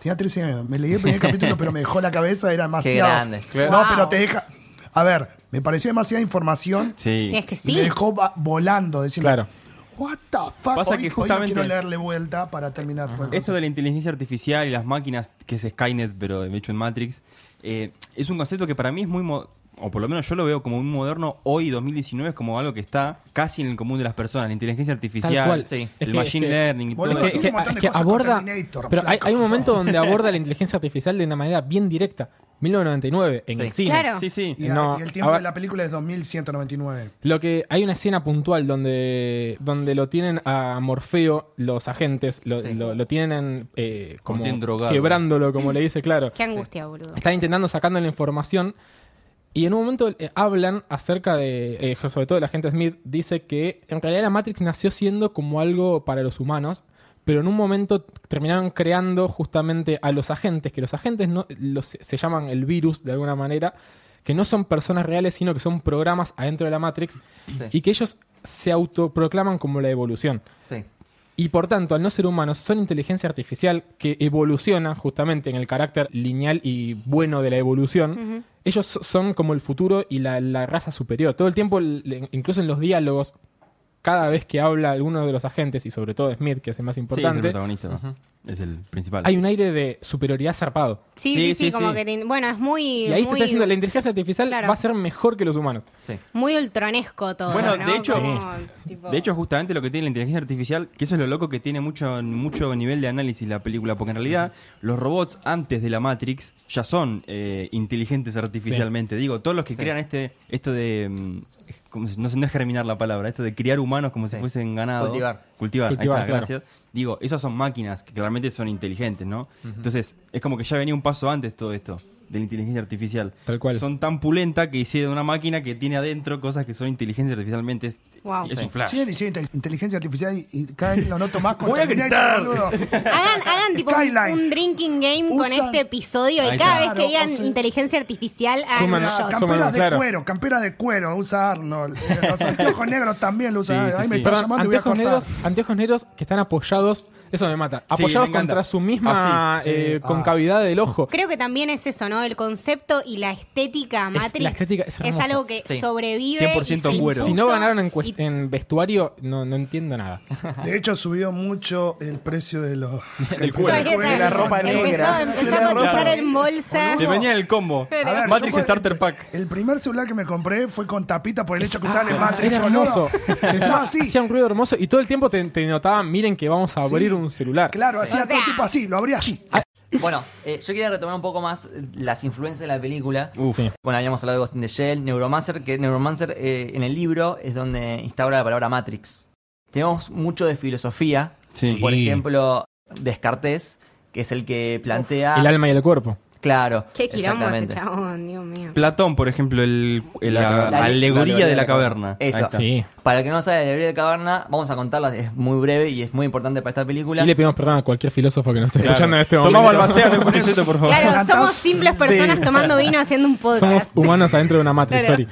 Speaker 2: Tenía 13 años. Me leí el primer capítulo, pero me dejó la cabeza, era demasiado.
Speaker 1: grande.
Speaker 5: Claro.
Speaker 2: No,
Speaker 3: Wow.
Speaker 2: pero te deja. A ver, me pareció demasiada información.
Speaker 6: Sí.
Speaker 3: Y es que sí.
Speaker 2: Me dejó va- volando, diciendo.
Speaker 4: Claro.
Speaker 2: What the fuck?
Speaker 6: Pasa
Speaker 2: hoy,
Speaker 6: que
Speaker 2: hoy
Speaker 6: justamente-
Speaker 2: no quiero leerle vuelta para terminar. con el
Speaker 6: Esto de la inteligencia artificial y las máquinas, que es Skynet, pero de hecho en Matrix, eh, es un concepto que para mí es muy, mo- o por lo menos yo lo veo como muy moderno hoy, 2019, es como algo que está casi en el común de las personas. La inteligencia artificial,
Speaker 4: cual, sí.
Speaker 6: el
Speaker 4: Es que-
Speaker 6: machine
Speaker 4: es que-
Speaker 6: learning y todo.
Speaker 2: Boludo,
Speaker 4: Es que,
Speaker 2: tiene
Speaker 4: que-
Speaker 2: un montón de
Speaker 4: que
Speaker 2: cosas con
Speaker 4: aborda.
Speaker 2: Terminator,
Speaker 4: Pero hay,
Speaker 2: flaco.
Speaker 4: hay un momento donde aborda la inteligencia artificial de una manera bien directa. 1999, en
Speaker 1: Sí.
Speaker 4: el cine.
Speaker 3: Claro.
Speaker 6: Sí, sí.
Speaker 2: Y,
Speaker 4: No,
Speaker 2: y el tiempo
Speaker 4: a ver.
Speaker 2: de la película es 2199.
Speaker 4: Lo que hay una escena puntual donde, donde lo tienen a Morfeo, los agentes, lo,
Speaker 1: Sí.
Speaker 4: lo- lo tienen eh, como
Speaker 6: tienen drogado.
Speaker 4: quebrándolo, como le dice, claro.
Speaker 3: Qué angustia, boludo.
Speaker 4: Están intentando sacando la información y en un momento eh, hablan acerca de, eh, sobre todo el agente Smith, dice que en realidad la Matrix nació siendo como algo para los humanos, pero en un momento terminaron creando justamente a los agentes, que los agentes no, los- se llaman el virus de alguna manera, que no son personas reales, sino que son programas adentro de la Matrix y que ellos se autoproclaman como la evolución.
Speaker 1: Sí.
Speaker 4: Y por tanto, al no ser humanos, son inteligencia artificial que evoluciona justamente en el carácter lineal y bueno de la evolución. Ellos so- son como el futuro y la, la raza superior. Todo el tiempo, l- incluso en los diálogos, cada vez que habla alguno de los agentes, y sobre todo Smith, que es el más
Speaker 6: Sí, es el
Speaker 4: importante,
Speaker 6: protagonista. Es el principal.
Speaker 4: hay un aire de superioridad zarpado.
Speaker 3: Sí,
Speaker 6: Sí,
Speaker 3: sí, sí,
Speaker 6: sí,
Speaker 3: como
Speaker 6: sí.
Speaker 3: que te- bueno, es muy
Speaker 4: Y ahí te
Speaker 3: muy,
Speaker 4: está diciendo, la inteligencia artificial
Speaker 3: Claro.
Speaker 4: va a ser mejor que los humanos.
Speaker 1: Sí.
Speaker 3: muy ultronesco todo,
Speaker 6: Bueno,
Speaker 3: ¿no?
Speaker 6: de hecho-
Speaker 3: Como, tipo-
Speaker 6: De hecho, justamente lo que tiene la inteligencia artificial, que eso es lo loco que tiene mucho, mucho nivel de análisis la película, porque en realidad los robots antes de la Matrix ya son eh, inteligentes artificialmente. Digo, todos los que crean este, esto de... mm, como si- no sé, no es germinar la palabra, esto de criar humanos como
Speaker 1: Sí.
Speaker 6: si fuesen ganado.
Speaker 1: Cultivar.
Speaker 6: Cultivar, ahí
Speaker 4: Cultivar,
Speaker 6: está,
Speaker 4: claro.
Speaker 6: gracias. Digo, esas son máquinas que claramente son inteligentes, ¿no? Entonces, es como que ya venía un paso antes todo esto. de la inteligencia artificial.
Speaker 4: Tal cual.
Speaker 6: Son tan pulenta que hicieron una máquina que tiene adentro cosas que son inteligencia artificialmente. Es,
Speaker 3: Wow.
Speaker 6: es un flash.
Speaker 2: Siguen diciendo inteligencia artificial y, y cada vez lo noto más este
Speaker 6: Voy a gritar.
Speaker 2: boludo.
Speaker 3: Hagan, hagan tipo un,
Speaker 2: Skyline.
Speaker 3: un drinking game con
Speaker 2: Usan-
Speaker 3: este episodio y
Speaker 6: Ahí
Speaker 3: cada vez
Speaker 2: está.
Speaker 3: que digan
Speaker 2: Claro, o sea-
Speaker 3: inteligencia artificial, hagan
Speaker 4: Suman-
Speaker 3: un
Speaker 2: Ah,
Speaker 3: shot.
Speaker 4: Suman-
Speaker 2: Campera de
Speaker 4: claro.
Speaker 2: cuero, campera de cuero, usa Arnold. Eh, Los anteojos negros también lo usa
Speaker 6: Sí, sí,
Speaker 2: Ahí me
Speaker 6: sí.
Speaker 2: está
Speaker 4: Perdón,
Speaker 2: llamando y voy a
Speaker 4: anteojos
Speaker 2: cortar.
Speaker 4: negros, anteojos negros que están apoyados, eso me mata,
Speaker 6: Sí,
Speaker 4: apoyados
Speaker 6: me encanta.
Speaker 4: contra su misma
Speaker 6: Ah, sí,
Speaker 2: sí.
Speaker 4: eh,
Speaker 2: Ah.
Speaker 4: concavidad del ojo.
Speaker 3: Creo que también es eso, ¿no? El concepto y la estética Matrix
Speaker 4: la estética es
Speaker 3: es,
Speaker 4: hermosa.
Speaker 3: algo que
Speaker 1: Sí.
Speaker 3: sobrevive.
Speaker 6: 100%
Speaker 3: y se
Speaker 6: cuero.
Speaker 4: Si no
Speaker 3: impuso
Speaker 4: ganaron en, cuest-
Speaker 3: y-
Speaker 4: en vestuario, no, no entiendo nada.
Speaker 2: De hecho, subió mucho el precio de los.
Speaker 6: Del cuero.
Speaker 3: Ay,
Speaker 2: de la ropa
Speaker 3: empezó,
Speaker 2: negra.
Speaker 3: Empezó
Speaker 2: De
Speaker 3: a
Speaker 2: la
Speaker 3: cotizar
Speaker 6: ropa
Speaker 3: en bolsa.
Speaker 6: Te venía el combo.
Speaker 2: Ah, A ver,
Speaker 6: Matrix
Speaker 2: yo-
Speaker 6: Starter Pack.
Speaker 2: El primer celular que me compré fue con tapita por el hecho que usaba el
Speaker 4: Ah,
Speaker 2: Matrix.
Speaker 4: Era
Speaker 2: boludo.
Speaker 4: hermoso.
Speaker 2: No,
Speaker 4: Encima,
Speaker 2: así.
Speaker 4: Hacía un ruido hermoso y todo el tiempo te, te notaban, miren que vamos a abrir un celular.
Speaker 2: Claro, hacía
Speaker 3: O
Speaker 2: todo
Speaker 3: sea-
Speaker 2: tipo así, lo abría así.
Speaker 1: Bueno, eh, yo quería retomar un poco más eh, las influencias de la película.
Speaker 6: Uf.
Speaker 4: Sí.
Speaker 1: Bueno, habíamos hablado de Ghost in the Shell, Neuromancer, que Neuromancer eh, en el libro es donde instaura la palabra Matrix. Tenemos mucho de filosofía,
Speaker 6: Sí.
Speaker 1: por ejemplo, Descartes, que es el que plantea...
Speaker 4: El alma y el cuerpo.
Speaker 1: Claro,
Speaker 3: Qué quilombo ese
Speaker 1: exactamente.
Speaker 3: chabón, Dios mío.
Speaker 6: Platón, por ejemplo, el, el-
Speaker 4: La-
Speaker 6: la,
Speaker 1: la-
Speaker 6: alegoría de la caverna.
Speaker 1: Eso.
Speaker 6: Ahí está.
Speaker 4: Sí.
Speaker 1: Para el que no sabe de la librería de caverna, vamos a contarla, es muy breve y es muy importante para esta película.
Speaker 4: Y le pedimos perdón a cualquier filósofo que nos esté escuchando en este momento.
Speaker 6: Tomamos albacea, no escuches esto, por favor.
Speaker 3: Claro,
Speaker 2: Adelantás.
Speaker 3: somos simples personas tomando vino haciendo un podcast.
Speaker 4: Somos humanos adentro de una matriz,
Speaker 3: Claro.
Speaker 4: sorry.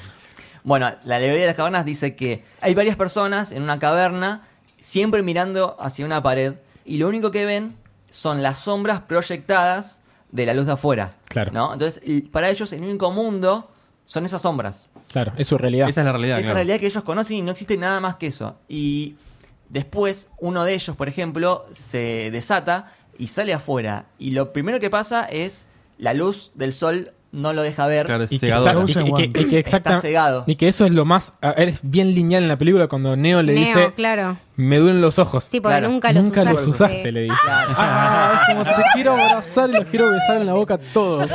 Speaker 1: Bueno, la teoría de las cavernas dice que hay varias personas en una caverna, siempre mirando hacia una pared, y lo único que ven son las sombras proyectadas de la luz de afuera.
Speaker 4: Claro.
Speaker 1: ¿no? Entonces, y para ellos, el único mundo son esas sombras.
Speaker 4: Claro, es su realidad.
Speaker 6: Esa es la realidad.
Speaker 1: Esa
Speaker 6: claro.
Speaker 1: realidad que ellos conocen y no existe nada más que eso. Y después, uno de ellos, por ejemplo, se desata y sale afuera. Y lo primero que pasa es la luz del sol no lo deja ver.
Speaker 6: Claro, es
Speaker 4: Y que,
Speaker 6: cegador.
Speaker 4: está- y que- y que- y que
Speaker 1: Está
Speaker 4: exacta-
Speaker 1: cegado.
Speaker 4: y que eso es lo más. a- Es bien lineal en la película cuando Neo le
Speaker 3: Neo,
Speaker 4: dice:
Speaker 3: claro.
Speaker 4: Me duelen los ojos.
Speaker 3: Sí, porque
Speaker 1: Claro.
Speaker 3: nunca los usaste.
Speaker 4: los usaste, le dice.
Speaker 1: Claro.
Speaker 4: Ah, es como te quiero abrazar y los quiero besar en la boca a todos.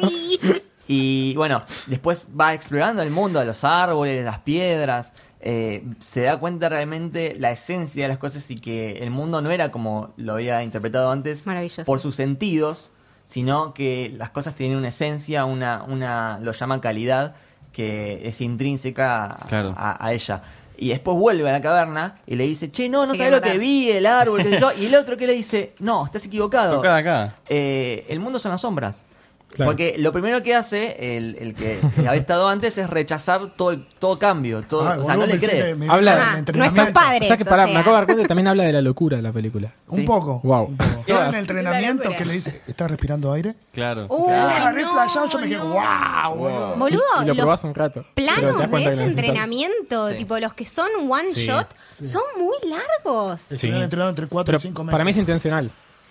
Speaker 3: Sí.
Speaker 1: Y bueno, después va explorando el mundo, los árboles, las piedras. eh, se da cuenta realmente la esencia de las cosas y que el mundo no era como lo había interpretado antes
Speaker 3: Maravilloso.
Speaker 1: por sus sentidos, sino que las cosas tienen una esencia, una, una lo llama calidad, que es intrínseca a-
Speaker 6: Claro.
Speaker 1: a, a ella. Y después vuelve a la caverna y le dice, che, no, no
Speaker 3: Sí,
Speaker 1: sabés lo
Speaker 3: verdad.
Speaker 1: que vi, el árbol, qué sé yo. Y el otro que le dice, no, estás equivocado
Speaker 6: Toca de acá.
Speaker 1: eh, el mundo son las sombras.
Speaker 4: Claro.
Speaker 1: Porque lo primero que hace el, el que había estado antes es rechazar todo, el- todo cambio. Todo,
Speaker 2: Ah,
Speaker 1: o sea, no
Speaker 2: boludo,
Speaker 1: le
Speaker 2: pensé
Speaker 1: cree.
Speaker 2: que me-
Speaker 4: Habla-
Speaker 2: el
Speaker 4: Ah,
Speaker 3: no es
Speaker 2: entrenamiento.
Speaker 3: un padre.
Speaker 4: O sea que
Speaker 3: o
Speaker 4: pará,
Speaker 3: sea.
Speaker 4: me acabo de dar cuenta que también habla de la locura de la película.
Speaker 2: Un
Speaker 1: Sí.
Speaker 2: poco.
Speaker 4: Wow.
Speaker 2: un poco.
Speaker 6: Claro.
Speaker 2: Era el entrenamiento que le dice, ¿estás respirando aire?
Speaker 6: Claro.
Speaker 3: Uy,
Speaker 2: Ah, re
Speaker 3: no,
Speaker 2: flashado, yo me quedé,
Speaker 3: no.
Speaker 2: wow, boludo.
Speaker 3: Boludo,
Speaker 4: y lo
Speaker 3: los
Speaker 4: probás un rato. pero te das
Speaker 3: planos de
Speaker 4: cuenta que
Speaker 3: ese
Speaker 4: lo necesitas.
Speaker 3: entrenamiento,
Speaker 1: Sí.
Speaker 3: tipo los que son one
Speaker 4: Sí.
Speaker 3: shot, son muy largos.
Speaker 4: Sí.
Speaker 2: Estuvieron entrenando entre 4
Speaker 4: Pero
Speaker 2: o 5 meses.
Speaker 4: para mí es intencional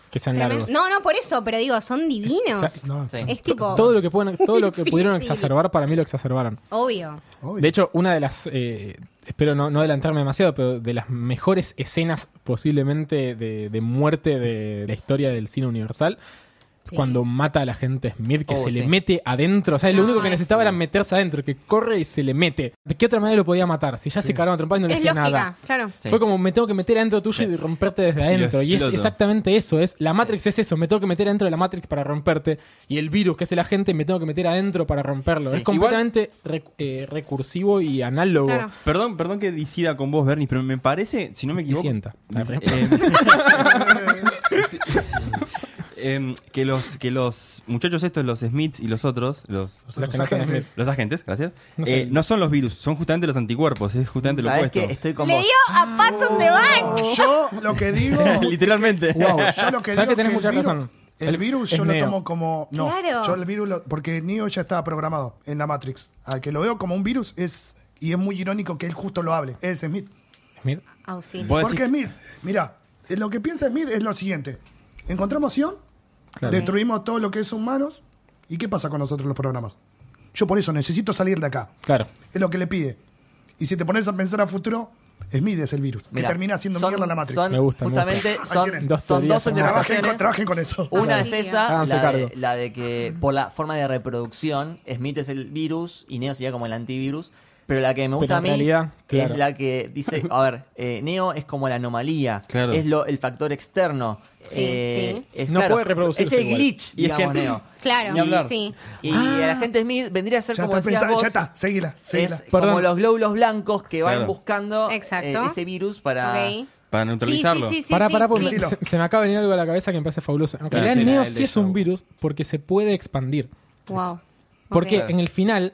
Speaker 4: que sean
Speaker 3: Tremendo.
Speaker 4: largos.
Speaker 3: No, no, por eso, pero digo, son divinos.
Speaker 4: Es-
Speaker 3: Es,
Speaker 2: No,
Speaker 1: Sí.
Speaker 3: tipo,
Speaker 4: Todo lo que, pueden- todo lo que
Speaker 3: Difícil.
Speaker 4: pudieron exacerbar, para mí lo exacerbaron.
Speaker 3: obvio.
Speaker 2: obvio.
Speaker 4: De hecho, una de las, eh, espero no, no adelantarme demasiado, pero de las mejores escenas posiblemente de, de muerte de la historia del cine universal, es
Speaker 3: Sí.
Speaker 4: cuando mata a la gente Smith, que
Speaker 1: Oh,
Speaker 4: se le
Speaker 1: sí.
Speaker 4: mete adentro. O sea, lo
Speaker 3: No,
Speaker 4: único que
Speaker 3: es-
Speaker 4: necesitaba era meterse adentro, que corre y se le mete. ¿De qué otra manera lo podía matar? Si ya se cagaron a trompadas y no le
Speaker 3: Es
Speaker 4: hacía
Speaker 3: lógica,
Speaker 4: nada.
Speaker 3: claro.
Speaker 1: Sí.
Speaker 4: Fue como, me tengo que meter adentro tuyo y romperte desde adentro. Y es
Speaker 6: exploto.
Speaker 4: exactamente eso. es La Matrix es eso. Me tengo que meter adentro de la Matrix para romperte. Y el virus, que es el agente, me tengo que meter adentro para romperlo.
Speaker 1: Sí,
Speaker 4: Es completamente rec- eh, recursivo y análogo.
Speaker 3: Claro.
Speaker 6: Perdón, perdón que decida con vos, Bernie, pero me parece, si no me equivoco.
Speaker 4: sienta.
Speaker 6: Dice- eh, em, que los que los muchachos estos, los Smiths y los otros, los,
Speaker 2: Los
Speaker 4: Los
Speaker 2: otros
Speaker 4: que no son
Speaker 2: agentes.
Speaker 6: los agentes, gracias,
Speaker 4: No
Speaker 6: no,
Speaker 4: sé.
Speaker 6: no son los virus, son justamente los anticuerpos, es justamente lo
Speaker 1: ¿Sabes
Speaker 6: opuesto.
Speaker 1: que Estoy con
Speaker 3: Le
Speaker 1: vos.
Speaker 3: dio a Pat on the back.
Speaker 2: Yo lo que digo.
Speaker 6: Literalmente.
Speaker 4: Wow.
Speaker 2: Yo lo que
Speaker 4: Sabes
Speaker 2: digo
Speaker 4: que tenés
Speaker 2: el
Speaker 4: mucha
Speaker 2: virus-
Speaker 4: razón.
Speaker 2: El,
Speaker 4: El-
Speaker 2: virus
Speaker 4: es
Speaker 2: yo lo
Speaker 4: Neo.
Speaker 2: tomo como. No,
Speaker 3: Claro.
Speaker 2: yo el virus. lo- porque Neo ya estaba programado en la Matrix. Al que lo veo como un virus es. Y es muy irónico que él justo lo hable. Es Smith.
Speaker 4: Smith.
Speaker 3: Oh, sí.
Speaker 6: Vos decís-
Speaker 2: Porque Smith, mira, lo que piensa Smith es lo siguiente: encontramos Sion,
Speaker 4: Claro.
Speaker 2: destruimos todo lo que es humanos. ¿Y qué pasa con nosotros los programas? Yo por eso necesito salir de acá.
Speaker 4: Claro.
Speaker 2: Es lo que le pide. Y si te pones a pensar a futuro, Smith es el virus.
Speaker 1: Mirá,
Speaker 2: que termina haciendo
Speaker 1: son-
Speaker 2: mierda la Matrix.
Speaker 1: son-
Speaker 4: Me gusta, me
Speaker 1: Justamente
Speaker 2: gusta. Ahí
Speaker 1: son dos,
Speaker 2: tienen.
Speaker 4: Dos
Speaker 1: son
Speaker 4: teorías
Speaker 1: dos
Speaker 4: hermosas.
Speaker 2: Trabajen con,
Speaker 1: interpretaciones.
Speaker 2: trabajen con eso.
Speaker 1: Una es
Speaker 3: Claro.
Speaker 1: esa,
Speaker 4: Háganse
Speaker 1: la de,
Speaker 4: cargo.
Speaker 1: la de que por la forma de reproducción, Smith es el virus y Neo sería como el antivirus. Pero la que me gusta
Speaker 4: Pero
Speaker 1: a
Speaker 4: en
Speaker 1: mí
Speaker 4: realidad, claro.
Speaker 1: es la que dice, a ver, eh, Neo es como la anomalía,
Speaker 6: Claro.
Speaker 1: es lo, el factor externo.
Speaker 3: Sí,
Speaker 1: eh,
Speaker 3: sí.
Speaker 1: es-
Speaker 4: No
Speaker 1: claro,
Speaker 4: puede reproducirse
Speaker 1: Es el
Speaker 4: igual.
Speaker 1: glitch,
Speaker 6: Y es
Speaker 1: digamos,
Speaker 6: que-
Speaker 1: Neo.
Speaker 3: Claro,
Speaker 6: Ni hablar.
Speaker 3: sí.
Speaker 1: Y
Speaker 4: Ah.
Speaker 1: el agente Smith vendría a ser
Speaker 2: Ya
Speaker 1: como
Speaker 2: está
Speaker 1: decías
Speaker 2: pensando,
Speaker 1: vos,
Speaker 2: ya está, seguila, seguila.
Speaker 1: es como
Speaker 4: Perdón.
Speaker 1: los glóbulos blancos que van
Speaker 6: Claro.
Speaker 1: buscando eh,
Speaker 3: Exacto.
Speaker 1: ese virus para...
Speaker 3: Ok.
Speaker 6: Para
Speaker 3: Sí,
Speaker 6: neutralizarlo.
Speaker 3: sí, sí, sí.
Speaker 4: Pará,
Speaker 3: sí.
Speaker 4: pará, porque
Speaker 2: Sí.
Speaker 4: se, se me acaba de venir algo a la cabeza que me parece fabuloso. En
Speaker 5: Claro,
Speaker 4: realidad,
Speaker 5: será
Speaker 4: Neo
Speaker 5: el
Speaker 4: sí
Speaker 5: déjà
Speaker 4: es un
Speaker 5: vu.
Speaker 4: virus porque se puede expandir.
Speaker 3: Wow.
Speaker 4: Porque
Speaker 6: Ok.
Speaker 4: en el final.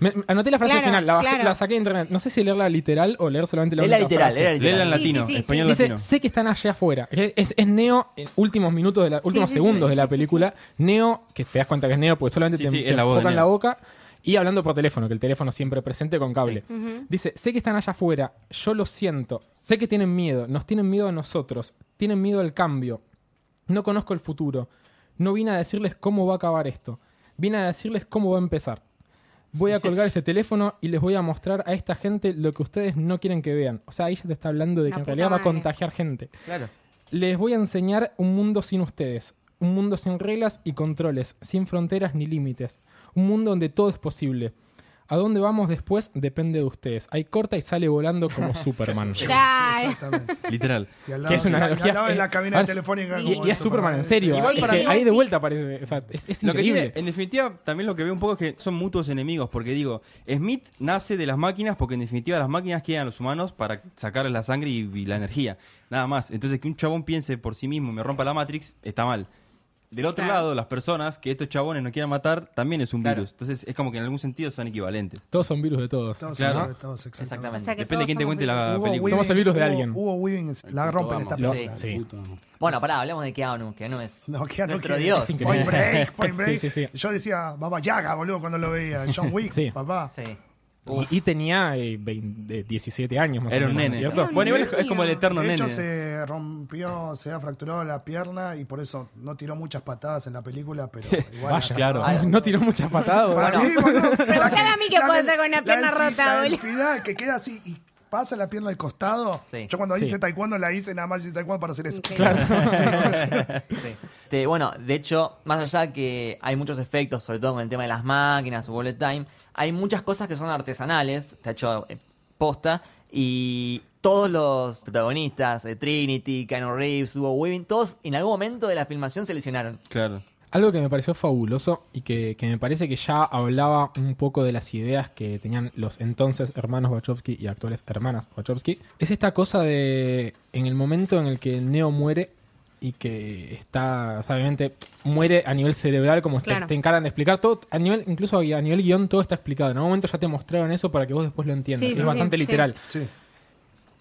Speaker 4: me- me- anoté la frase
Speaker 3: Claro,
Speaker 4: final, la, bajé-
Speaker 3: claro.
Speaker 4: la saqué de internet. No sé si leerla literal o leer solamente la
Speaker 1: Era
Speaker 4: última
Speaker 1: literal,
Speaker 4: frase.
Speaker 1: era literal.
Speaker 6: Léela en
Speaker 3: Sí, sí,
Speaker 6: latino,
Speaker 3: sí, sí.
Speaker 6: español
Speaker 4: Dice,
Speaker 6: latino.
Speaker 4: sé que están allá afuera. Es, es Neo, en últimos minutos, de la, últimos
Speaker 3: sí, sí,
Speaker 4: segundos
Speaker 3: sí,
Speaker 4: de la
Speaker 3: sí, sí,
Speaker 4: película. Neo, que te das cuenta que es Neo, porque solamente
Speaker 6: Sí,
Speaker 4: te,
Speaker 6: sí,
Speaker 4: te
Speaker 6: es la voz de
Speaker 4: enfocan
Speaker 6: Neo.
Speaker 4: la boca. Y hablando por teléfono, que el teléfono siempre presente con cable. Dice, sé que están allá afuera, yo lo siento. Sé que tienen miedo, nos tienen miedo a nosotros, tienen miedo al cambio. No conozco el futuro. No vine a decirles cómo va a acabar esto. Vine a decirles cómo va a empezar. Voy a colgar este teléfono y les voy a mostrar a esta gente lo que ustedes no quieren que vean. O sea, ahí ya te está hablando de
Speaker 3: La
Speaker 4: que en
Speaker 3: puta
Speaker 4: realidad va a
Speaker 3: madre.
Speaker 4: contagiar gente.
Speaker 1: Claro.
Speaker 4: Les voy a enseñar un mundo sin ustedes. Un mundo sin reglas y controles, sin fronteras ni límites. Un mundo donde todo es posible. A dónde vamos después depende de ustedes. Ahí corta y sale volando como Superman.
Speaker 3: Claro.
Speaker 2: Exactamente.
Speaker 6: Literal.
Speaker 2: Y al
Speaker 4: Que es una
Speaker 2: y al- y
Speaker 4: analogía- eh,
Speaker 2: al lado de la cabina
Speaker 4: a ver,
Speaker 2: telefónica.
Speaker 4: Y,
Speaker 2: como
Speaker 4: y
Speaker 2: el
Speaker 4: es Superman, en serio.
Speaker 3: Igual
Speaker 4: Es
Speaker 3: para
Speaker 4: que
Speaker 3: mí-
Speaker 4: ahí de
Speaker 3: sí.
Speaker 4: vuelta parece. o sea, es, es
Speaker 6: Lo que
Speaker 4: increíble.
Speaker 6: tiene, en definitiva, también lo que veo un poco es que son mutuos enemigos, porque digo, Smith nace de las máquinas porque en definitiva las máquinas quieren a los humanos para sacarles la sangre y, y la energía, nada más. Entonces que un chabón piense por sí mismo y me rompa la Matrix, está mal. Del otro
Speaker 3: Claro.
Speaker 6: lado, las personas que estos chabones no quieran matar también es un
Speaker 1: Claro.
Speaker 6: virus. Entonces es como que en algún sentido son equivalentes.
Speaker 4: Todos son virus de todos.
Speaker 2: Todos
Speaker 6: Claro.
Speaker 2: claro. todos, exactamente.
Speaker 1: Exactamente.
Speaker 3: O sea que
Speaker 6: Depende de
Speaker 3: todos
Speaker 6: quién te
Speaker 3: somos
Speaker 6: cuente la
Speaker 3: virus.
Speaker 2: Hugo
Speaker 6: película.
Speaker 4: Ah, Somos el virus de
Speaker 2: Hugo-
Speaker 4: alguien.
Speaker 2: Hugo Weaving la rompe en esta
Speaker 1: Lo-
Speaker 2: película.
Speaker 1: sí. Bueno, pará, hablemos de Keanu, que no es
Speaker 2: No, que ya no
Speaker 1: nuestro
Speaker 2: quiere.
Speaker 1: dios.
Speaker 4: Es increíble.
Speaker 2: Point Break, Point Break.
Speaker 4: Sí, sí, sí.
Speaker 2: Yo decía, Baba Yaga, boludo, cuando lo veía. John Wick,
Speaker 4: Sí.
Speaker 2: papá.
Speaker 1: Sí.
Speaker 4: Y, y tenía eh, 20, eh, 17 años más
Speaker 6: Era
Speaker 4: o
Speaker 6: un
Speaker 4: menos,
Speaker 6: nene.
Speaker 4: ¿cierto?
Speaker 3: un
Speaker 6: Bueno, igual es,
Speaker 3: niño.
Speaker 6: es como el eterno
Speaker 2: de hecho,
Speaker 6: nene.
Speaker 2: se rompió, se ha fracturado la pierna y por eso no tiró muchas patadas en la película, pero igual.
Speaker 4: Vaya,
Speaker 6: claro.
Speaker 4: Ah, no tiró muchas patadas.
Speaker 2: Para
Speaker 4: ¿verdad?
Speaker 2: mí, boludo, la
Speaker 3: Pregúntale a mí qué
Speaker 2: la
Speaker 3: puedo
Speaker 2: del-
Speaker 3: hacer con una
Speaker 2: la
Speaker 3: pierna
Speaker 2: del-
Speaker 3: rota,
Speaker 2: la del
Speaker 3: boludo.
Speaker 2: final, que queda así y pasa la pierna al costado.
Speaker 1: Sí.
Speaker 2: Yo cuando
Speaker 4: Sí.
Speaker 2: hice taekwondo la hice nada más hice taekwondo para hacer eso.
Speaker 1: Este, bueno, de hecho, más allá que hay muchos efectos, sobre todo con el tema de las máquinas, bullet time, hay muchas cosas que son artesanales, está hecho eh, posta, y todos los protagonistas, eh, Trinity, Keanu Reeves, Hugo Weaving, todos en algún momento de la filmación se lesionaron.
Speaker 6: Claro.
Speaker 4: Algo que me pareció fabuloso y que, que me parece que ya hablaba un poco de las ideas que tenían los entonces hermanos Wachowski y actuales hermanas Wachowski, es esta cosa de en el momento en el que Neo muere y que está, o sea, obviamente, muere a nivel cerebral, como te-
Speaker 3: Claro.
Speaker 4: te encargan de explicar todo, a nivel, incluso a nivel guión todo está explicado. En algún momento ya te mostraron eso para que vos después lo entiendas.
Speaker 3: Sí,
Speaker 4: es
Speaker 3: sí,
Speaker 4: bastante
Speaker 3: sí,
Speaker 4: literal.
Speaker 2: Sí.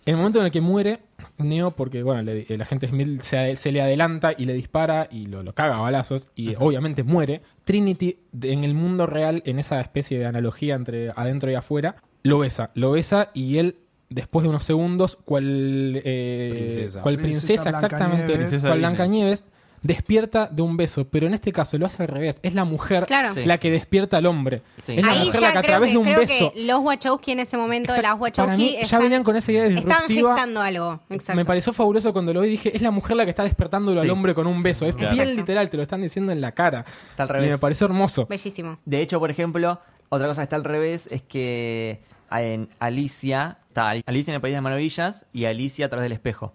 Speaker 4: El momento en el que muere, Neo, porque bueno, le- eh, el agente Smith se, se le adelanta y le dispara y lo, lo caga a balazos y obviamente muere. Trinity, de- en el mundo real, en esa especie de analogía entre adentro y afuera, lo besa, lo besa y él, después de unos segundos, cual eh,
Speaker 5: Princesa.
Speaker 4: cual
Speaker 2: Princesa
Speaker 4: princesa, exactamente,
Speaker 2: Blancanieves.
Speaker 6: Princesa
Speaker 4: cual
Speaker 6: Disney.
Speaker 4: Blancanieves, despierta de un beso, pero en este caso lo hace al revés, es la mujer
Speaker 3: Claro.
Speaker 1: Sí.
Speaker 4: la que despierta al hombre.
Speaker 1: Sí.
Speaker 4: Es la
Speaker 3: Ahí
Speaker 4: mujer la
Speaker 3: ya
Speaker 4: que a
Speaker 3: creo,
Speaker 4: través
Speaker 3: que,
Speaker 4: de un
Speaker 3: creo
Speaker 4: beso...
Speaker 3: que los Wachowski en ese momento,
Speaker 4: Exacto,
Speaker 3: las Wachowski,
Speaker 4: para mí ya
Speaker 3: están-
Speaker 4: venían con esa idea
Speaker 3: estaban
Speaker 4: disruptiva
Speaker 3: gestando algo. Exacto.
Speaker 4: me pareció fabuloso cuando lo vi dije, es la mujer la que está despertándolo
Speaker 1: Sí.
Speaker 4: al hombre con un beso. Es
Speaker 6: Claro.
Speaker 4: bien literal, te lo están diciendo en la cara.
Speaker 1: Está al
Speaker 4: Y
Speaker 1: revés.
Speaker 4: me pareció hermoso.
Speaker 3: Bellísimo.
Speaker 1: De hecho, por ejemplo, otra cosa que está al revés es que en Alicia, está Al- Alicia en el País de las Maravillas y Alicia a través del espejo.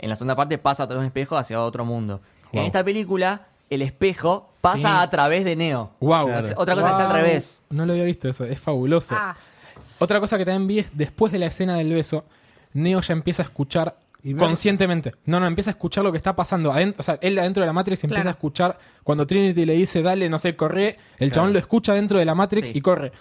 Speaker 1: En la segunda parte pasa a través del espejo hacia otro mundo. En
Speaker 4: Wow.
Speaker 1: esta película, el espejo pasa
Speaker 4: Sí.
Speaker 1: a través de Neo.
Speaker 4: Wow.
Speaker 1: Es Otra cosa que está al revés.
Speaker 4: No lo había visto eso, es fabuloso.
Speaker 3: Ah,
Speaker 4: Otra cosa que también vi es después de la escena del beso, Neo ya empieza a escuchar
Speaker 2: Y ver-
Speaker 4: conscientemente. No, no, empieza a escuchar lo que está pasando. Adentro, o sea, él adentro de la Matrix empieza
Speaker 3: Claro.
Speaker 4: a escuchar cuando Trinity le dice, dale, no sé, corre. El chabón lo escucha dentro de la Matrix
Speaker 1: Sí.
Speaker 4: y corre.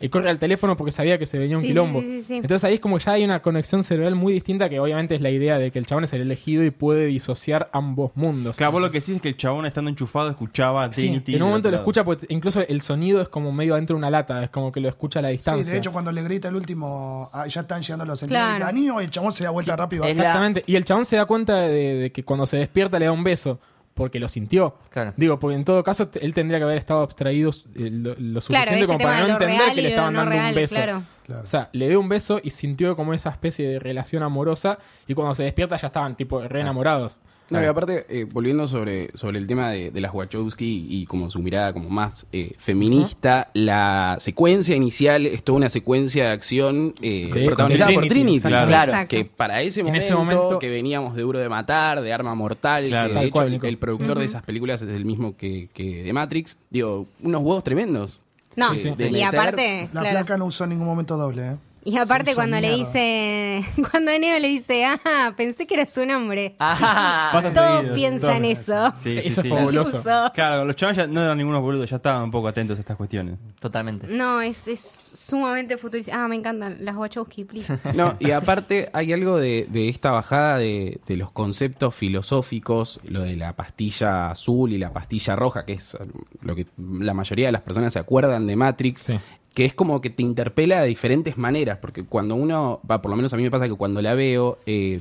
Speaker 4: Y corre al teléfono porque sabía que se venía un
Speaker 3: Sí, sí,
Speaker 4: quilombo.
Speaker 3: sí, sí, sí.
Speaker 4: Entonces ahí es como ya hay una conexión cerebral muy distinta que obviamente es la idea de que el chabón es el elegido y puede disociar ambos mundos.
Speaker 6: Claro, vos lo que sí es que el chabón estando enchufado escuchaba a
Speaker 4: Sí,
Speaker 6: Trinity.
Speaker 4: en un
Speaker 6: del
Speaker 4: momento
Speaker 6: otro
Speaker 4: lo
Speaker 6: lado.
Speaker 4: escucha porque incluso el sonido es como medio adentro de una lata, es como que lo escucha a la
Speaker 2: Sí,
Speaker 4: distancia.
Speaker 2: de hecho, cuando le grita el último, ah, ya están llegando los señores.
Speaker 3: Claro.
Speaker 2: El anillo, el chabón se da vuelta rápido. eh.
Speaker 1: Es la-
Speaker 4: Exactamente. Y el chabón se da cuenta de, de que cuando se despierta le da un beso. Porque lo sintió.
Speaker 1: Claro.
Speaker 4: Digo, porque en todo caso te- él tendría que haber estado abstraído eh, lo, lo
Speaker 3: claro,
Speaker 4: suficiente
Speaker 3: este
Speaker 4: como
Speaker 3: tema
Speaker 4: para
Speaker 3: de
Speaker 4: no
Speaker 3: lo
Speaker 4: entender
Speaker 3: real
Speaker 4: que le
Speaker 3: y lo
Speaker 4: estaban
Speaker 3: no
Speaker 4: dando
Speaker 3: real,
Speaker 4: un beso.
Speaker 3: claro.
Speaker 2: Claro.
Speaker 4: O sea, le dio un beso y sintió como esa especie de relación amorosa y cuando se despierta ya estaban tipo re enamorados.
Speaker 5: No, y aparte, eh, volviendo sobre, sobre el tema de, de las Wachowski y como su mirada como más eh, feminista, la secuencia inicial es toda una secuencia de acción eh,
Speaker 4: Sí,
Speaker 5: protagonizada
Speaker 4: con
Speaker 5: por
Speaker 4: Trinity,
Speaker 5: Trinity.
Speaker 6: claro.
Speaker 1: Claro.
Speaker 3: Exacto.
Speaker 5: Que para ese
Speaker 4: En
Speaker 5: momento,
Speaker 4: ese momento-
Speaker 5: que veníamos de Duro de Matar, de Arma Mortal,
Speaker 6: Claro.
Speaker 5: que de
Speaker 4: Tal
Speaker 5: hecho
Speaker 4: cual,
Speaker 5: el-
Speaker 4: Nico.
Speaker 5: el, productor de esas películas es el mismo que, que de Matrix, digo, unos huevos tremendos.
Speaker 3: No,
Speaker 5: Sí, sí, sí.
Speaker 3: y
Speaker 5: meter
Speaker 3: aparte,
Speaker 2: La
Speaker 3: claro.
Speaker 2: flaca no usó en ningún momento doble, ¿eh?
Speaker 3: Y aparte
Speaker 2: Sí,
Speaker 3: cuando le
Speaker 2: mierda.
Speaker 3: dice, cuando Neo le dice, ah, pensé que eras un hombre.
Speaker 1: Ah, Ajá.
Speaker 6: Pasa
Speaker 3: Todos
Speaker 6: seguido,
Speaker 3: piensan eso.
Speaker 6: Sí, sí,
Speaker 4: Eso
Speaker 6: sí.
Speaker 4: es fabuloso.
Speaker 3: Incluso-
Speaker 6: Claro, los chavales ya no eran ningunos boludos, ya estaban un poco atentos a estas cuestiones.
Speaker 1: Totalmente.
Speaker 3: No, es, es sumamente futurista. Ah, me encantan las Wachowski, please.
Speaker 5: No, y aparte hay algo de, de esta bajada de, de los conceptos filosóficos, lo de la pastilla azul y la pastilla roja, que es lo que la mayoría de las personas se acuerdan de Matrix,
Speaker 4: Sí.
Speaker 5: que es como que te interpela de diferentes maneras, porque cuando uno, va, por lo menos a mí me pasa que cuando la veo, eh,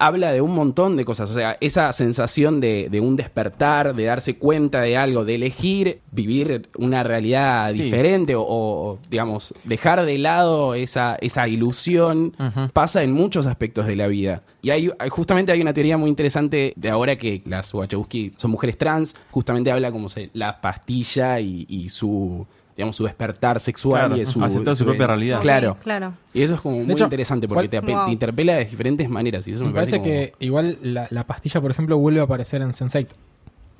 Speaker 5: habla de un montón de cosas. O sea, esa sensación de, de un despertar, de darse cuenta de algo, de elegir vivir una realidad
Speaker 6: Sí.
Speaker 5: diferente o, o, digamos, dejar de lado esa, esa ilusión, pasa en muchos aspectos de la vida. Y hay, hay- justamente hay una teoría muy interesante de ahora que las Wachowski son mujeres trans, justamente habla como se- la pastilla y, y su digamos su despertar sexual
Speaker 6: Claro,
Speaker 5: y de su
Speaker 6: aceptar su propia realidad.
Speaker 5: Claro.
Speaker 3: Ok, claro.
Speaker 5: Y eso es como muy
Speaker 4: hecho,
Speaker 5: interesante
Speaker 4: ¿cuál-
Speaker 5: porque te, ape-
Speaker 3: Wow.
Speaker 5: te interpela de diferentes maneras. Y eso me,
Speaker 4: Me parece
Speaker 5: como-
Speaker 4: que igual la, la pastilla, por ejemplo, vuelve a aparecer en Sense8.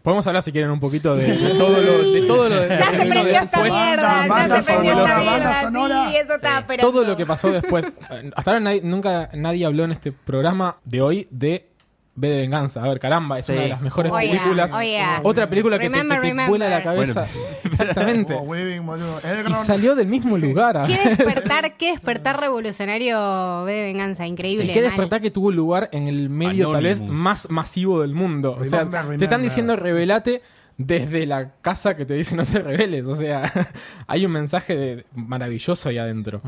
Speaker 4: Podemos hablar si quieren un poquito de, de todo lo de todo lo de-
Speaker 3: Ya se
Speaker 4: de- de-
Speaker 3: prendió esta
Speaker 4: después.
Speaker 3: mierda,
Speaker 2: banda
Speaker 3: ya se prendió esta
Speaker 4: sonora,
Speaker 3: mierda,
Speaker 2: banda
Speaker 3: sí,
Speaker 2: sonora.
Speaker 3: eso estaba esperando.
Speaker 4: todo lo que pasó después. Eh, Hasta ahora nadie- nunca nadie habló en este programa de hoy de B de Venganza. A ver, caramba, es
Speaker 1: Sí.
Speaker 4: una de las mejores
Speaker 3: Oh, yeah,
Speaker 4: películas.
Speaker 3: oh, yeah.
Speaker 4: Otra película que te-
Speaker 3: Remember,
Speaker 4: que te,
Speaker 3: remember.
Speaker 4: vuela la cabeza. Exactamente.
Speaker 2: Oh, Weaving, boludo.
Speaker 4: y
Speaker 2: Elrond.
Speaker 4: salió del mismo lugar. a
Speaker 3: Qué
Speaker 4: ver.
Speaker 3: despertar, qué despertar revolucionario B de venganza, increíble.
Speaker 4: Y qué
Speaker 3: mal.
Speaker 4: despertar que tuvo lugar en el medio tal vez
Speaker 6: Anonymous.
Speaker 4: más masivo del mundo. O sea,
Speaker 2: Remember,
Speaker 4: te están
Speaker 2: remember.
Speaker 4: diciendo revelate desde la casa que te dice no te reveles. O sea, hay un mensaje de- maravilloso ahí adentro.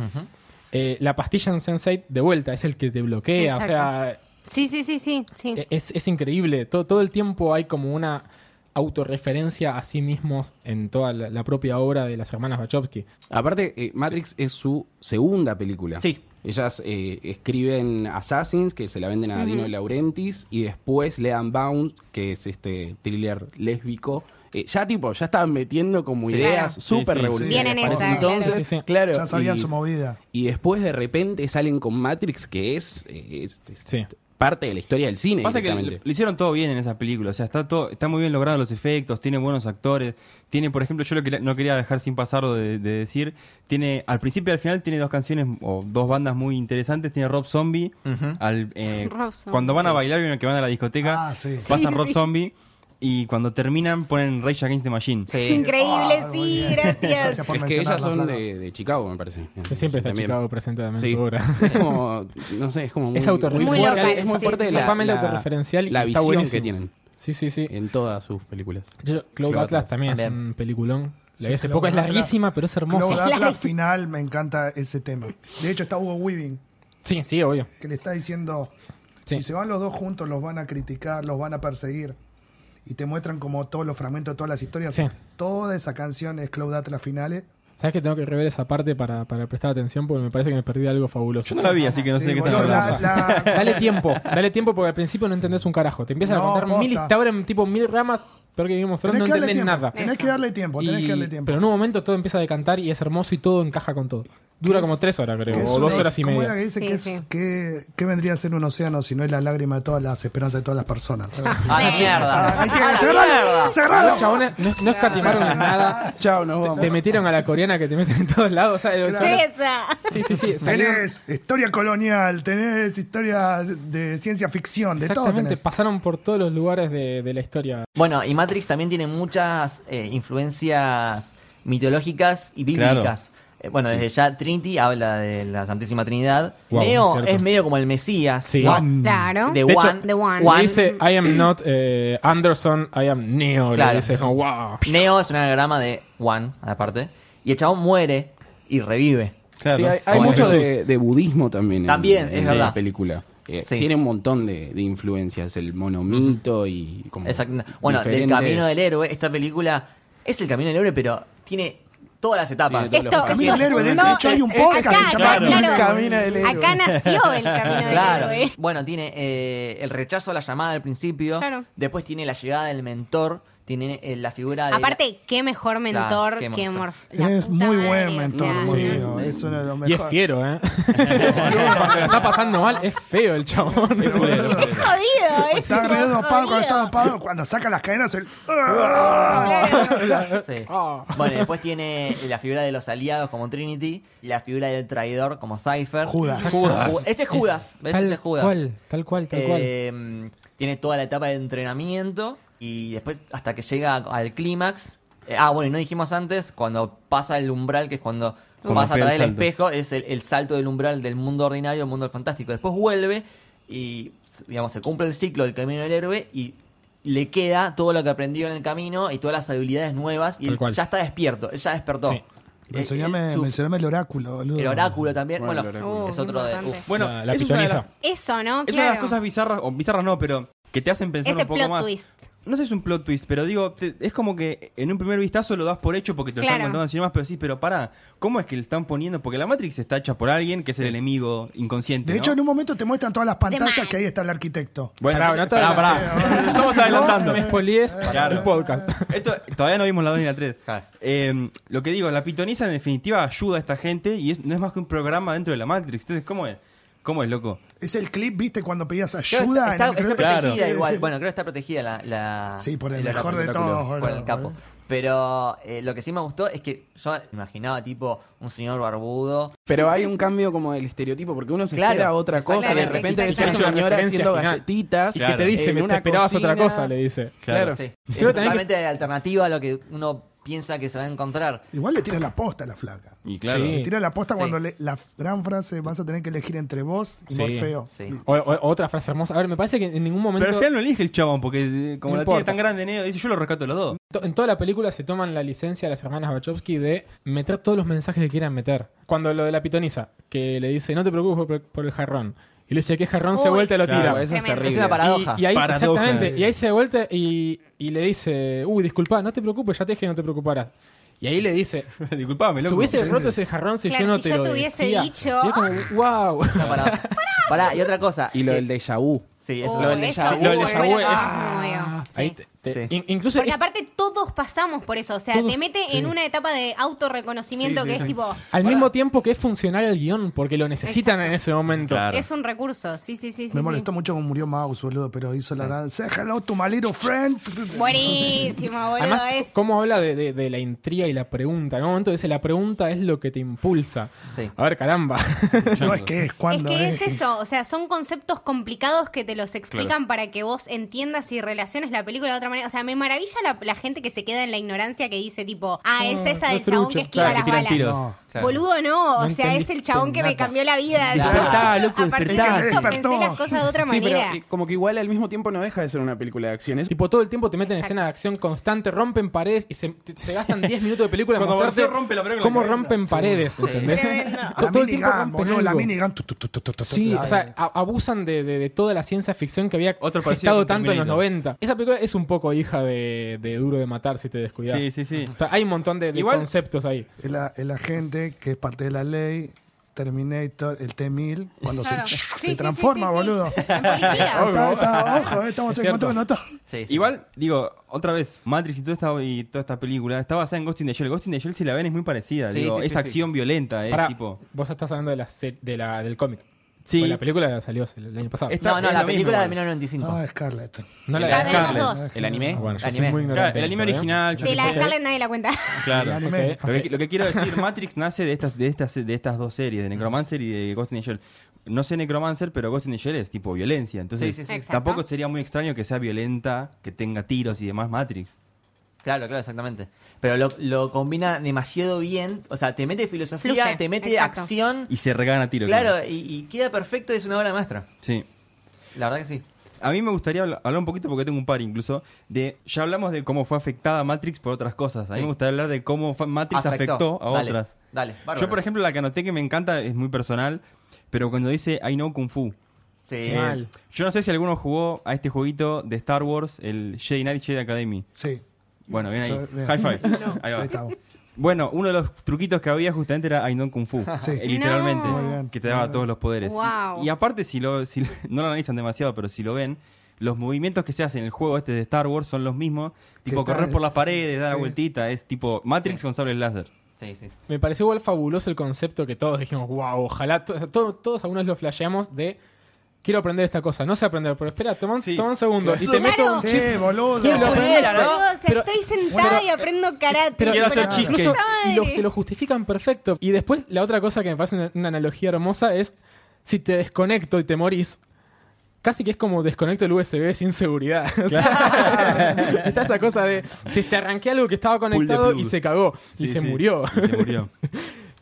Speaker 4: Eh, la pastilla en Sensei de vuelta es el que te bloquea. O sea, e-,
Speaker 3: Sí, sí, sí, sí, sí.
Speaker 4: es, es increíble. Todo, todo el tiempo hay como una autorreferencia a sí mismos en toda la, la propia obra de las hermanas Wachowski.
Speaker 5: Aparte, eh, Matrix es su segunda película.
Speaker 1: Sí.
Speaker 5: Ellas eh, escriben Assassins, que se la venden a Dino Laurentis, y después le dan Bound, que es este thriller lésbico. Eh, ya tipo, ya estaban metiendo como
Speaker 1: Sí.
Speaker 5: ideas
Speaker 6: Claro.
Speaker 5: súper
Speaker 6: Sí, sí,
Speaker 5: revolucionarias.
Speaker 3: sí. Vienen
Speaker 5: para ese
Speaker 3: esa, claro.
Speaker 5: entonces,
Speaker 4: Sí, sí, sí.
Speaker 5: claro.
Speaker 2: Ya sabían
Speaker 5: y-
Speaker 2: su movida.
Speaker 5: Y después de repente salen con Matrix, que es, eh, es- es
Speaker 4: Sí.
Speaker 5: parte de la historia del cine.
Speaker 6: Pasa que
Speaker 5: directamente.
Speaker 6: lo lo hicieron todo bien en esa película. O sea, está todo, está muy bien logrado los efectos, tiene buenos actores. Tiene, por ejemplo, yo lo que no quería dejar sin pasar de, de decir, tiene, al principio y al final tiene dos canciones o dos bandas muy interesantes. Tiene Rob Zombie. al, eh,
Speaker 3: Rob Zombie.
Speaker 6: Cuando van a bailar, vieron que van a la discoteca,
Speaker 2: Ah, sí.
Speaker 6: pasan
Speaker 3: Sí,
Speaker 6: Rob
Speaker 3: sí.
Speaker 6: Zombie y cuando terminan ponen Rage Against the Machine.
Speaker 1: Sí.
Speaker 3: Increíble,
Speaker 2: Ah, muy
Speaker 3: sí,
Speaker 2: bien.
Speaker 3: gracias.
Speaker 2: Gracias por
Speaker 5: Es que
Speaker 2: mencionarla,
Speaker 5: ellas son
Speaker 2: Flano.
Speaker 5: de, de Chicago, me parece.
Speaker 4: Que siempre está
Speaker 5: También.
Speaker 4: Chicago presente también en
Speaker 5: Sí.
Speaker 4: su obra.
Speaker 5: Es como, no sé, es como muy,
Speaker 4: Es autorreferencial.
Speaker 3: Muy local,
Speaker 5: es muy
Speaker 3: sí,
Speaker 5: fuerte
Speaker 3: sí, sí.
Speaker 5: la,
Speaker 4: Sumamente
Speaker 5: la-
Speaker 4: autorreferencial y
Speaker 5: la
Speaker 4: está
Speaker 5: visión que
Speaker 4: buenísimo.
Speaker 5: tienen
Speaker 4: Sí, sí, sí.
Speaker 5: en todas sus películas.
Speaker 4: Yo- Cloud
Speaker 5: Cloud
Speaker 4: Atlas
Speaker 5: Atlas
Speaker 4: también, es
Speaker 1: también.
Speaker 4: un peliculón.
Speaker 2: Sí,
Speaker 4: La vi hace
Speaker 2: Cloud
Speaker 4: poco, es
Speaker 2: Atlas.
Speaker 4: larguísima, pero es
Speaker 2: Cloud
Speaker 4: hermosa.
Speaker 2: Atlas final, me encanta ese tema. De hecho, está Hugo Weaving,
Speaker 4: Sí, sí, obvio.
Speaker 2: que le está diciendo,
Speaker 4: Sí.
Speaker 2: si se van los dos juntos, los van a criticar, los van a perseguir. Y te muestran como todos los fragmentos, todas las historias.
Speaker 4: Sí.
Speaker 2: Toda esa canción es Cloud Atlas finales.
Speaker 4: ¿Sabes que tengo que rever esa parte para, para prestar atención? Porque me parece que me perdí algo fabuloso.
Speaker 6: Yo no la vi, así que no sé
Speaker 2: Sí,
Speaker 6: de qué estás
Speaker 2: boludo,
Speaker 6: hablando.
Speaker 2: la- la-
Speaker 4: Dale tiempo, dale tiempo porque al principio no entendés un carajo. Te empiezan
Speaker 2: No,
Speaker 4: a contar
Speaker 2: posta.
Speaker 4: mil, te abren tipo mil ramas, pero que vimos no
Speaker 2: tenés que darle
Speaker 4: entendés
Speaker 2: tiempo.
Speaker 4: nada.
Speaker 2: Tenés
Speaker 3: Eso.
Speaker 2: que darle tiempo, tenés
Speaker 4: Y-
Speaker 2: que darle tiempo.
Speaker 4: Pero en un momento todo empieza a decantar y es hermoso y todo encaja con todo. Dura
Speaker 2: ¿Qué
Speaker 4: como
Speaker 2: es-
Speaker 4: tres horas,
Speaker 2: Que
Speaker 4: creo,
Speaker 2: es
Speaker 4: o dos
Speaker 2: una-
Speaker 4: horas y
Speaker 2: ¿cómo
Speaker 4: media.
Speaker 2: era que dice
Speaker 3: Sí,
Speaker 2: que, es-
Speaker 3: sí.
Speaker 2: que- que vendría a ser un océano si no es la lágrima de todas las esperanzas de todas las personas?
Speaker 1: A la
Speaker 3: Sí.
Speaker 1: mierda.
Speaker 2: Ah, hay que-
Speaker 1: A la
Speaker 2: cerralo,
Speaker 1: mierda.
Speaker 2: cerralo.
Speaker 4: Los chabones no, no escatimaron en nada.
Speaker 5: Chao, nos
Speaker 4: Te metieron a la coreana que te meten en todos lados. o sea, los
Speaker 2: Claro.
Speaker 4: chabones-
Speaker 3: Esa.
Speaker 4: Sí, sí, sí. salieron-
Speaker 2: Tenés historia colonial, tenés historia de ciencia ficción, de todo
Speaker 4: Exactamente,
Speaker 2: tenés.
Speaker 4: pasaron por todos los lugares de, de la historia.
Speaker 1: Bueno, y Matrix también tiene muchas eh, influencias mitológicas y
Speaker 6: Claro.
Speaker 1: bíblicas. Eh, bueno, desde ya Trinity habla de la Santísima Trinidad.
Speaker 4: Wow,
Speaker 1: Neo
Speaker 4: es
Speaker 1: es,
Speaker 4: cierto.
Speaker 1: medio como el Mesías.
Speaker 4: Sí.
Speaker 1: ¿no?
Speaker 4: One.
Speaker 3: Claro.
Speaker 1: Mm. De
Speaker 4: De hecho,
Speaker 1: One.
Speaker 3: The One.
Speaker 1: One.
Speaker 4: Dice, I am not eh, Anderson, I am Neo.
Speaker 1: Claro.
Speaker 4: Le dice, como, wow.
Speaker 1: Neo es un anagrama de One, aparte. Y el chabón muere y revive.
Speaker 6: Claro,
Speaker 5: hay,
Speaker 6: no
Speaker 5: hay
Speaker 6: sé.
Speaker 1: Como
Speaker 5: mucho
Speaker 1: Jesús.
Speaker 5: de, de budismo también. en-
Speaker 1: También,
Speaker 5: en,
Speaker 1: es
Speaker 5: la
Speaker 1: verdad.
Speaker 5: película. Eh,
Speaker 1: Sí.
Speaker 5: Tiene un montón de, de influencias, el monomito y como
Speaker 1: Exactamente. Bueno, del este.
Speaker 5: diferentes-
Speaker 1: Camino del Héroe, esta película es el Camino del Héroe, pero tiene todas las etapas.
Speaker 5: Sí, de todos
Speaker 3: Esto,
Speaker 5: los
Speaker 2: Camino del héroe, de
Speaker 3: no,
Speaker 2: hecho hay un
Speaker 1: eh,
Speaker 2: podcast
Speaker 3: acá,
Speaker 2: de
Speaker 3: acá,
Speaker 2: Chaparro.
Speaker 3: claro.
Speaker 6: Camino del héroe.
Speaker 3: Acá nació el camino del
Speaker 1: Claro.
Speaker 3: héroe.
Speaker 1: Bueno, tiene eh, el rechazo a la llamada al principio.
Speaker 3: Claro.
Speaker 1: Después tiene la llegada del mentor. Tiene eh, la figura de.
Speaker 3: Aparte, qué mejor
Speaker 1: Claro,
Speaker 3: mentor
Speaker 1: qué
Speaker 3: que
Speaker 1: monstruo.
Speaker 3: Morf. la
Speaker 2: es
Speaker 3: puta
Speaker 2: muy
Speaker 3: madre,
Speaker 2: buen
Speaker 3: o
Speaker 2: mentor,
Speaker 3: sea,
Speaker 2: muy
Speaker 4: Sí.
Speaker 2: feo. Es uno de los
Speaker 4: Y es
Speaker 2: mejores.
Speaker 4: fiero, ¿eh? Cuando la está pasando mal, es feo el chabón.
Speaker 6: Es fulero, es fulero.
Speaker 3: Jodido, es
Speaker 2: Está
Speaker 3: tipo
Speaker 2: agredido Pablo cuando está
Speaker 3: jodido.
Speaker 2: dopado. Cuando saca las cadenas, el.
Speaker 1: Sí.
Speaker 2: Ah.
Speaker 1: Bueno, y después tiene eh, la figura de los aliados como Trinity. Y la figura del traidor como Cypher.
Speaker 2: Judas.
Speaker 1: Ju- Ese es Judas. ¿ves? Ese
Speaker 4: Tal
Speaker 1: es Judas.
Speaker 4: cual, tal cual, tal cual.
Speaker 1: Eh, tiene toda la etapa de entrenamiento y después hasta que llega al clímax. Eh, ah, bueno, y no dijimos antes, cuando pasa el umbral, que es cuando
Speaker 6: Cuando
Speaker 1: vas a
Speaker 6: pega
Speaker 1: través
Speaker 6: el
Speaker 1: del
Speaker 6: salto.
Speaker 1: espejo, es el, el salto del umbral del mundo ordinario al mundo fantástico. Después vuelve y, digamos, se cumple el ciclo del camino del héroe y le queda todo lo que aprendió en el camino y todas las habilidades nuevas y
Speaker 4: Tal
Speaker 1: él
Speaker 4: cual.
Speaker 1: ya está despierto, él ya despertó.
Speaker 4: Sí.
Speaker 1: Eh,
Speaker 2: Mencioname,
Speaker 1: su-
Speaker 2: mencioname el oráculo, boludo.
Speaker 1: el oráculo también,
Speaker 5: Bueno,
Speaker 1: bueno,
Speaker 5: el
Speaker 3: oráculo.
Speaker 1: es otro de...
Speaker 3: Importante.
Speaker 1: uf,
Speaker 6: Bueno,
Speaker 4: la, la
Speaker 6: es una de las-
Speaker 4: pitoniza.
Speaker 3: Eso, ¿no?
Speaker 6: Es
Speaker 3: Oh, claro.
Speaker 6: una de las cosas bizarras, o bizarras no, pero que te hacen pensar
Speaker 3: Ese
Speaker 6: un poco
Speaker 3: plot
Speaker 6: más.
Speaker 3: twist.
Speaker 6: No sé si es un plot twist, pero digo, te- es como que en un primer vistazo lo das por hecho porque te lo
Speaker 3: Claro.
Speaker 6: están contando así nomás, pero sí, pero pará, ¿cómo es que le están poniendo? Porque la Matrix está hecha por alguien que es el enemigo inconsciente.
Speaker 2: De hecho,
Speaker 6: ¿no?
Speaker 2: en un momento te muestran todas las
Speaker 3: más.
Speaker 2: pantallas que ahí está el arquitecto.
Speaker 6: Bueno,
Speaker 4: Pará,
Speaker 6: entonces-
Speaker 4: no te-
Speaker 6: pará, pará. Estamos adelantando.
Speaker 4: No me spoilees para
Speaker 6: Claro.
Speaker 4: el podcast.
Speaker 6: Esto, todavía no vimos la 2 ni la 3.
Speaker 1: Claro.
Speaker 6: lo que digo, la pitoniza en definitiva ayuda a esta gente y es- no es más que un programa dentro de la Matrix. Entonces, ¿cómo es? ¿Cómo es, loco?
Speaker 2: Es el clip, ¿viste? Cuando pedías
Speaker 1: Creo que
Speaker 2: ayuda.
Speaker 1: Está,
Speaker 2: en el-
Speaker 1: está
Speaker 6: Claro.
Speaker 1: protegida igual. Bueno, creo que está protegida la. la-
Speaker 2: Sí, por el mejor
Speaker 1: oráculo,
Speaker 2: de todos, boludo.
Speaker 1: Por el capo. Pero eh, lo que sí me gustó es que yo imaginaba, tipo, un señor barbudo.
Speaker 5: Pero hay un cambio como del estereotipo, porque uno se
Speaker 1: Claro,
Speaker 5: espera otra cosa, de
Speaker 1: exactamente.
Speaker 5: repente ves a una
Speaker 4: Es una
Speaker 5: señora
Speaker 4: referencia
Speaker 5: haciendo
Speaker 4: final.
Speaker 5: galletitas.
Speaker 4: Y
Speaker 6: Claro.
Speaker 4: que te dice,
Speaker 5: en
Speaker 4: me te
Speaker 5: una
Speaker 4: esperabas otra
Speaker 5: cocina".
Speaker 4: cosa, le dice.
Speaker 5: Claro.
Speaker 1: Sí. Es
Speaker 4: Creo también
Speaker 1: totalmente alternativa a lo que uno piensa que se va a encontrar.
Speaker 2: Igual le tira la posta a la flaca.
Speaker 6: Y claro.
Speaker 4: Sí.
Speaker 2: Le tira la posta
Speaker 1: Sí.
Speaker 2: cuando le- la gran frase vas a tener que elegir entre vos y
Speaker 4: Sí.
Speaker 2: Morfeo.
Speaker 1: Sí.
Speaker 4: O- o- otra frase hermosa. A ver, me parece que en ningún momento.
Speaker 6: Pero al final no elige el chabón, porque eh, como
Speaker 4: No
Speaker 6: la tiene
Speaker 4: importa.
Speaker 6: tan grande negro, dice yo lo rescato a los dos.
Speaker 4: To- En toda la película se toman la licencia de las hermanas Wachowski de meter todos los mensajes que quieran meter. Cuando lo de la pitoniza, que le dice, no te preocupes por, por el jarrón. Y le dice, ¿qué jarrón se
Speaker 3: Uy.
Speaker 4: vuelta y lo
Speaker 5: Claro,
Speaker 4: tira?
Speaker 5: eso es
Speaker 3: Tremendo.
Speaker 5: terrible.
Speaker 1: Es una paradoja.
Speaker 4: Y, y ahí,
Speaker 6: Paradoja.
Speaker 4: exactamente, y ahí se vuelta y, y le dice, uy, disculpa, no te preocupes, ya te dije que no te preocuparas. Y ahí le dice,
Speaker 6: Disculpame,
Speaker 4: si
Speaker 6: loco.
Speaker 4: hubiese roto ese jarrón si
Speaker 3: Claro,
Speaker 4: yo no
Speaker 3: si
Speaker 4: te
Speaker 3: yo
Speaker 4: lo
Speaker 3: te hubiese
Speaker 4: decía".
Speaker 3: dicho.
Speaker 4: Y es como, wow.
Speaker 1: Una parada. Pará, y otra cosa.
Speaker 5: Y lo
Speaker 1: eh,
Speaker 5: del déjà vu.
Speaker 1: Sí, eso
Speaker 3: Oh,
Speaker 1: lo del-
Speaker 5: del
Speaker 3: eso
Speaker 5: déjà vu.
Speaker 3: fue
Speaker 5: Lo del
Speaker 3: lo
Speaker 5: déjà
Speaker 3: que más
Speaker 4: vu es-
Speaker 3: me
Speaker 2: Ah,
Speaker 3: movió,
Speaker 4: Ahí
Speaker 3: sí.
Speaker 4: te- te-
Speaker 1: Sí.
Speaker 4: in- incluso
Speaker 3: Porque
Speaker 4: es-
Speaker 3: aparte todos pasamos por eso, o sea,
Speaker 4: Todos,
Speaker 3: te mete
Speaker 4: sí.
Speaker 3: en una etapa de autorreconocimiento que es tipo,
Speaker 4: al mismo tiempo que es funcional el guión, porque lo necesitan en ese momento.
Speaker 6: Claro.
Speaker 3: es un recurso, sí, sí, sí. sí,
Speaker 2: Me
Speaker 3: sí.
Speaker 2: molestó mucho como murió Mouse, boludo, pero hizo la gran. Say hello to my little friend.
Speaker 3: Buenísimo, boludo,
Speaker 4: Además,
Speaker 3: es...
Speaker 4: cómo habla de, de- de la intriga y la pregunta. En un momento dice, la pregunta es lo que te impulsa.
Speaker 1: Sí.
Speaker 4: A ver, caramba.
Speaker 2: No es eh, que es
Speaker 3: Es
Speaker 2: cuando.
Speaker 3: que es eso, o sea, son conceptos complicados que te los explican para que vos entiendas y relaciones la película de otra manera. O sea, me maravilla la, la gente que se queda en la ignorancia que dice tipo, ah, es esa
Speaker 4: no
Speaker 3: del chabón
Speaker 4: es trucho.
Speaker 3: que esquiva
Speaker 6: Claro, que
Speaker 3: las
Speaker 6: tiran
Speaker 3: balas.
Speaker 6: tiros.
Speaker 2: No.
Speaker 1: Claro.
Speaker 3: Boludo, no, o
Speaker 4: No
Speaker 3: sea, es el chabón que me
Speaker 4: nada.
Speaker 3: cambió la vida.
Speaker 6: Despertá,
Speaker 3: Tipo,
Speaker 6: loco,
Speaker 3: A partir
Speaker 6: despertá.
Speaker 3: de eso pensé
Speaker 2: Despertó.
Speaker 3: las cosas de otra
Speaker 5: Sí, pero
Speaker 3: manera.
Speaker 5: eh, como que igual al mismo tiempo no deja de ser una película de acción. Es-
Speaker 4: tipo, todo el tiempo te meten en
Speaker 3: Exacto.
Speaker 4: escena de acción constante, rompen paredes y se, te- se gastan 10 minutos de película en
Speaker 6: Cuando
Speaker 4: mostrarte
Speaker 6: Morfeo rompe la pared con la
Speaker 4: cómo
Speaker 6: cabeza.
Speaker 4: rompen paredes, ¿entendés?
Speaker 2: La
Speaker 4: Todo el tiempo
Speaker 2: minigun,
Speaker 4: rompen
Speaker 2: boludo, la
Speaker 4: algo.
Speaker 2: minigun.
Speaker 4: Sí, o sea, a- abusan de, de- de toda la ciencia ficción que había
Speaker 6: Otro parecido
Speaker 4: gestado
Speaker 6: con
Speaker 4: tanto en los 90.
Speaker 6: Terminator.
Speaker 4: Esa película es un poco hija de, de Duro de Matar, si te descuidas.
Speaker 6: Sí, sí, sí.
Speaker 4: O sea, hay un montón de, de
Speaker 6: Igual-
Speaker 4: conceptos ahí.
Speaker 2: El, a- el agente que es parte de la ley, Terminator, el T-1000, cuando
Speaker 3: Claro.
Speaker 2: se,
Speaker 3: Sí,
Speaker 2: se
Speaker 3: sí, sí,
Speaker 2: transforma,
Speaker 3: sí, ah. sí.
Speaker 2: boludo.
Speaker 3: En policía.
Speaker 2: Ahí está, ahí está, ojo, eh, estamos
Speaker 4: Es cierto.
Speaker 2: encontrando todo.
Speaker 1: Sí, sí.
Speaker 6: Igual, digo, otra vez, Matrix y toda esta, y toda esta película está basada en Ghost in the Shell. Ghost in the Shell, si la ven, es muy parecida.
Speaker 1: Sí,
Speaker 6: digo,
Speaker 1: sí, sí,
Speaker 6: es
Speaker 1: sí.
Speaker 6: acción violenta, es
Speaker 4: Pará,
Speaker 6: tipo...
Speaker 4: vos estás hablando de la, se- de la- del cómic.
Speaker 6: Sí.
Speaker 4: Pues la película salió el año pasado.
Speaker 6: Esta-
Speaker 1: No, no,
Speaker 6: es
Speaker 1: la
Speaker 6: lo mismo,
Speaker 1: película de
Speaker 6: bueno.
Speaker 1: 1995.
Speaker 2: No, Ah, Scarlett.
Speaker 4: no la
Speaker 6: la
Speaker 4: de
Speaker 6: de
Speaker 4: Scarlett.
Speaker 3: los dos.
Speaker 5: el
Speaker 6: Ah,
Speaker 5: anime.
Speaker 4: Bueno, yo
Speaker 1: El
Speaker 4: soy
Speaker 1: anime.
Speaker 4: muy ignorante
Speaker 6: Claro, el
Speaker 4: en
Speaker 6: anime
Speaker 4: esto, ¿eh?
Speaker 6: original. yo
Speaker 3: Sí,
Speaker 6: qué
Speaker 3: la de
Speaker 6: sé.
Speaker 3: Scarlett nadie la cuenta.
Speaker 6: Claro.
Speaker 2: El
Speaker 4: Ok,
Speaker 2: anime.
Speaker 4: ok.
Speaker 6: Lo que, lo que quiero decir, Matrix nace de estas, de estas, de estas dos series, de Necromancer y de Ghost in the Shell. No sé Necromancer, pero Ghost in the Shell es tipo violencia. Entonces,
Speaker 1: Sí, sí, sí.
Speaker 3: Exacto.
Speaker 6: tampoco sería muy extraño que sea violenta, que tenga tiros y demás Matrix.
Speaker 1: Claro, claro, exactamente. Pero lo, lo combina demasiado bien. O sea, te mete filosofía,
Speaker 3: Fluye,
Speaker 1: te mete
Speaker 3: exacto.
Speaker 1: acción.
Speaker 6: Y se regalan a tiros.
Speaker 1: claro, y, y queda perfecto y es una obra maestra.
Speaker 6: Sí.
Speaker 1: La verdad que sí.
Speaker 6: A mí me gustaría habl- hablar un poquito, porque tengo un par incluso, de... Ya hablamos de cómo fue afectada Matrix por otras cosas. A mí
Speaker 1: Sí.
Speaker 6: me gustaría hablar de cómo fa- Matrix afectó, a
Speaker 1: Dale,
Speaker 6: otras.
Speaker 1: Dale, bárbaro.
Speaker 6: Yo, por ejemplo, la que anoté que me encanta es muy personal, pero cuando dice I know Kung Fu.
Speaker 1: Sí.
Speaker 6: Eh,
Speaker 4: Mal.
Speaker 6: yo no sé si alguno jugó a este jueguito de Star Wars, el Jedi Knight Jedi Academy.
Speaker 2: Sí,
Speaker 6: Bueno, bien ahí.
Speaker 2: Yo- bien.
Speaker 6: High five.
Speaker 2: ahí
Speaker 6: Ahí va.
Speaker 2: estamos.
Speaker 6: Bueno, uno de los truquitos que había justamente era Aindon Kung Fu.
Speaker 2: Sí.
Speaker 6: eh, Literalmente.
Speaker 3: No.
Speaker 2: Muy bien.
Speaker 6: Que te daba todos los poderes.
Speaker 3: Wow.
Speaker 6: Y, y aparte, si lo, si lo- no lo analizan demasiado, pero si lo ven, los movimientos que se hacen en el juego este de Star Wars son los mismos. Tipo,
Speaker 2: está-
Speaker 6: correr por las paredes, dar la
Speaker 2: sí.
Speaker 6: vueltita. Es tipo Matrix con sables láser.
Speaker 1: Sí, sí.
Speaker 4: Me pareció igual fabuloso el concepto que todos dijimos, wow, ojalá, to- to- todos algunos lo flasheamos de, quiero aprender esta cosa, no sé aprender, pero espera, toma un,
Speaker 6: Sí.
Speaker 4: toma un segundo y te
Speaker 3: Claro.
Speaker 4: meto un
Speaker 2: Sí,
Speaker 4: chip.
Speaker 2: boludo.
Speaker 4: Y lo-
Speaker 1: Pudiera, ¿no?
Speaker 3: Boludo, o sea,
Speaker 4: Pero-
Speaker 3: estoy sentada
Speaker 4: Bueno,
Speaker 3: y aprendo karate.
Speaker 4: Pero
Speaker 6: Quiero hacer
Speaker 3: pero-
Speaker 6: chiste.
Speaker 4: incluso
Speaker 3: Madre.
Speaker 4: y los que lo justifican perfecto. Y después la otra cosa que me parece una, una analogía hermosa es si te desconecto y te morís, casi que es como desconecto el USB sin seguridad. O sea, está esa cosa de te, te arranqué algo que estaba conectado
Speaker 6: plug.
Speaker 4: y se cagó y
Speaker 6: Sí,
Speaker 4: se
Speaker 6: sí.
Speaker 4: murió.
Speaker 6: Y se murió.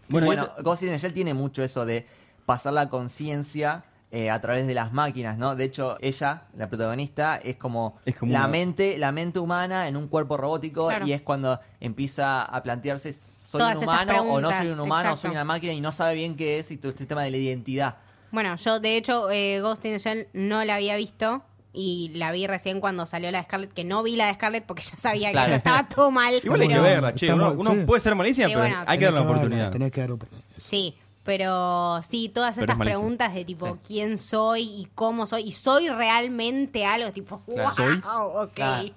Speaker 1: Bueno,
Speaker 6: Bueno, y
Speaker 1: Ghost in the Shell tiene mucho eso de pasar la conciencia eh, a través de las máquinas, ¿no? De hecho, ella, la protagonista, es como,
Speaker 6: Es como
Speaker 1: la,
Speaker 6: una-
Speaker 1: mente, la mente humana en un cuerpo robótico
Speaker 3: Claro.
Speaker 1: y es cuando empieza a plantearse soy
Speaker 3: Todas
Speaker 1: un
Speaker 3: estas
Speaker 1: humano o no
Speaker 3: preguntas,
Speaker 1: soy un humano,
Speaker 3: exacto.
Speaker 1: soy una máquina y no sabe bien qué es y todo este tema de la identidad.
Speaker 3: Bueno, yo de hecho eh, Ghost in the Shell no la había visto y la vi recién cuando salió la de Scarlett, que no vi la de Scarlett porque ya sabía
Speaker 1: Claro.
Speaker 3: que estaba todo mal.
Speaker 6: Igual hay que
Speaker 3: pero-
Speaker 6: verla, che. Uno,
Speaker 2: Estamos-
Speaker 6: uno
Speaker 2: sí.
Speaker 6: puede ser malísima,
Speaker 3: Sí,
Speaker 6: pero
Speaker 3: bueno.
Speaker 6: hay que
Speaker 2: Tenés
Speaker 6: darle una
Speaker 2: darle,
Speaker 6: oportunidad.
Speaker 2: tenés que darle oportunidad.
Speaker 3: Sí, pero sí, todas
Speaker 6: Pero
Speaker 3: estas
Speaker 6: es malísimo.
Speaker 3: preguntas de tipo,
Speaker 1: Sí.
Speaker 3: ¿quién soy y cómo soy? ¿Y soy realmente algo? Tipo,
Speaker 1: Claro.
Speaker 3: wow,
Speaker 6: ¿Soy?
Speaker 3: ok.
Speaker 1: Claro.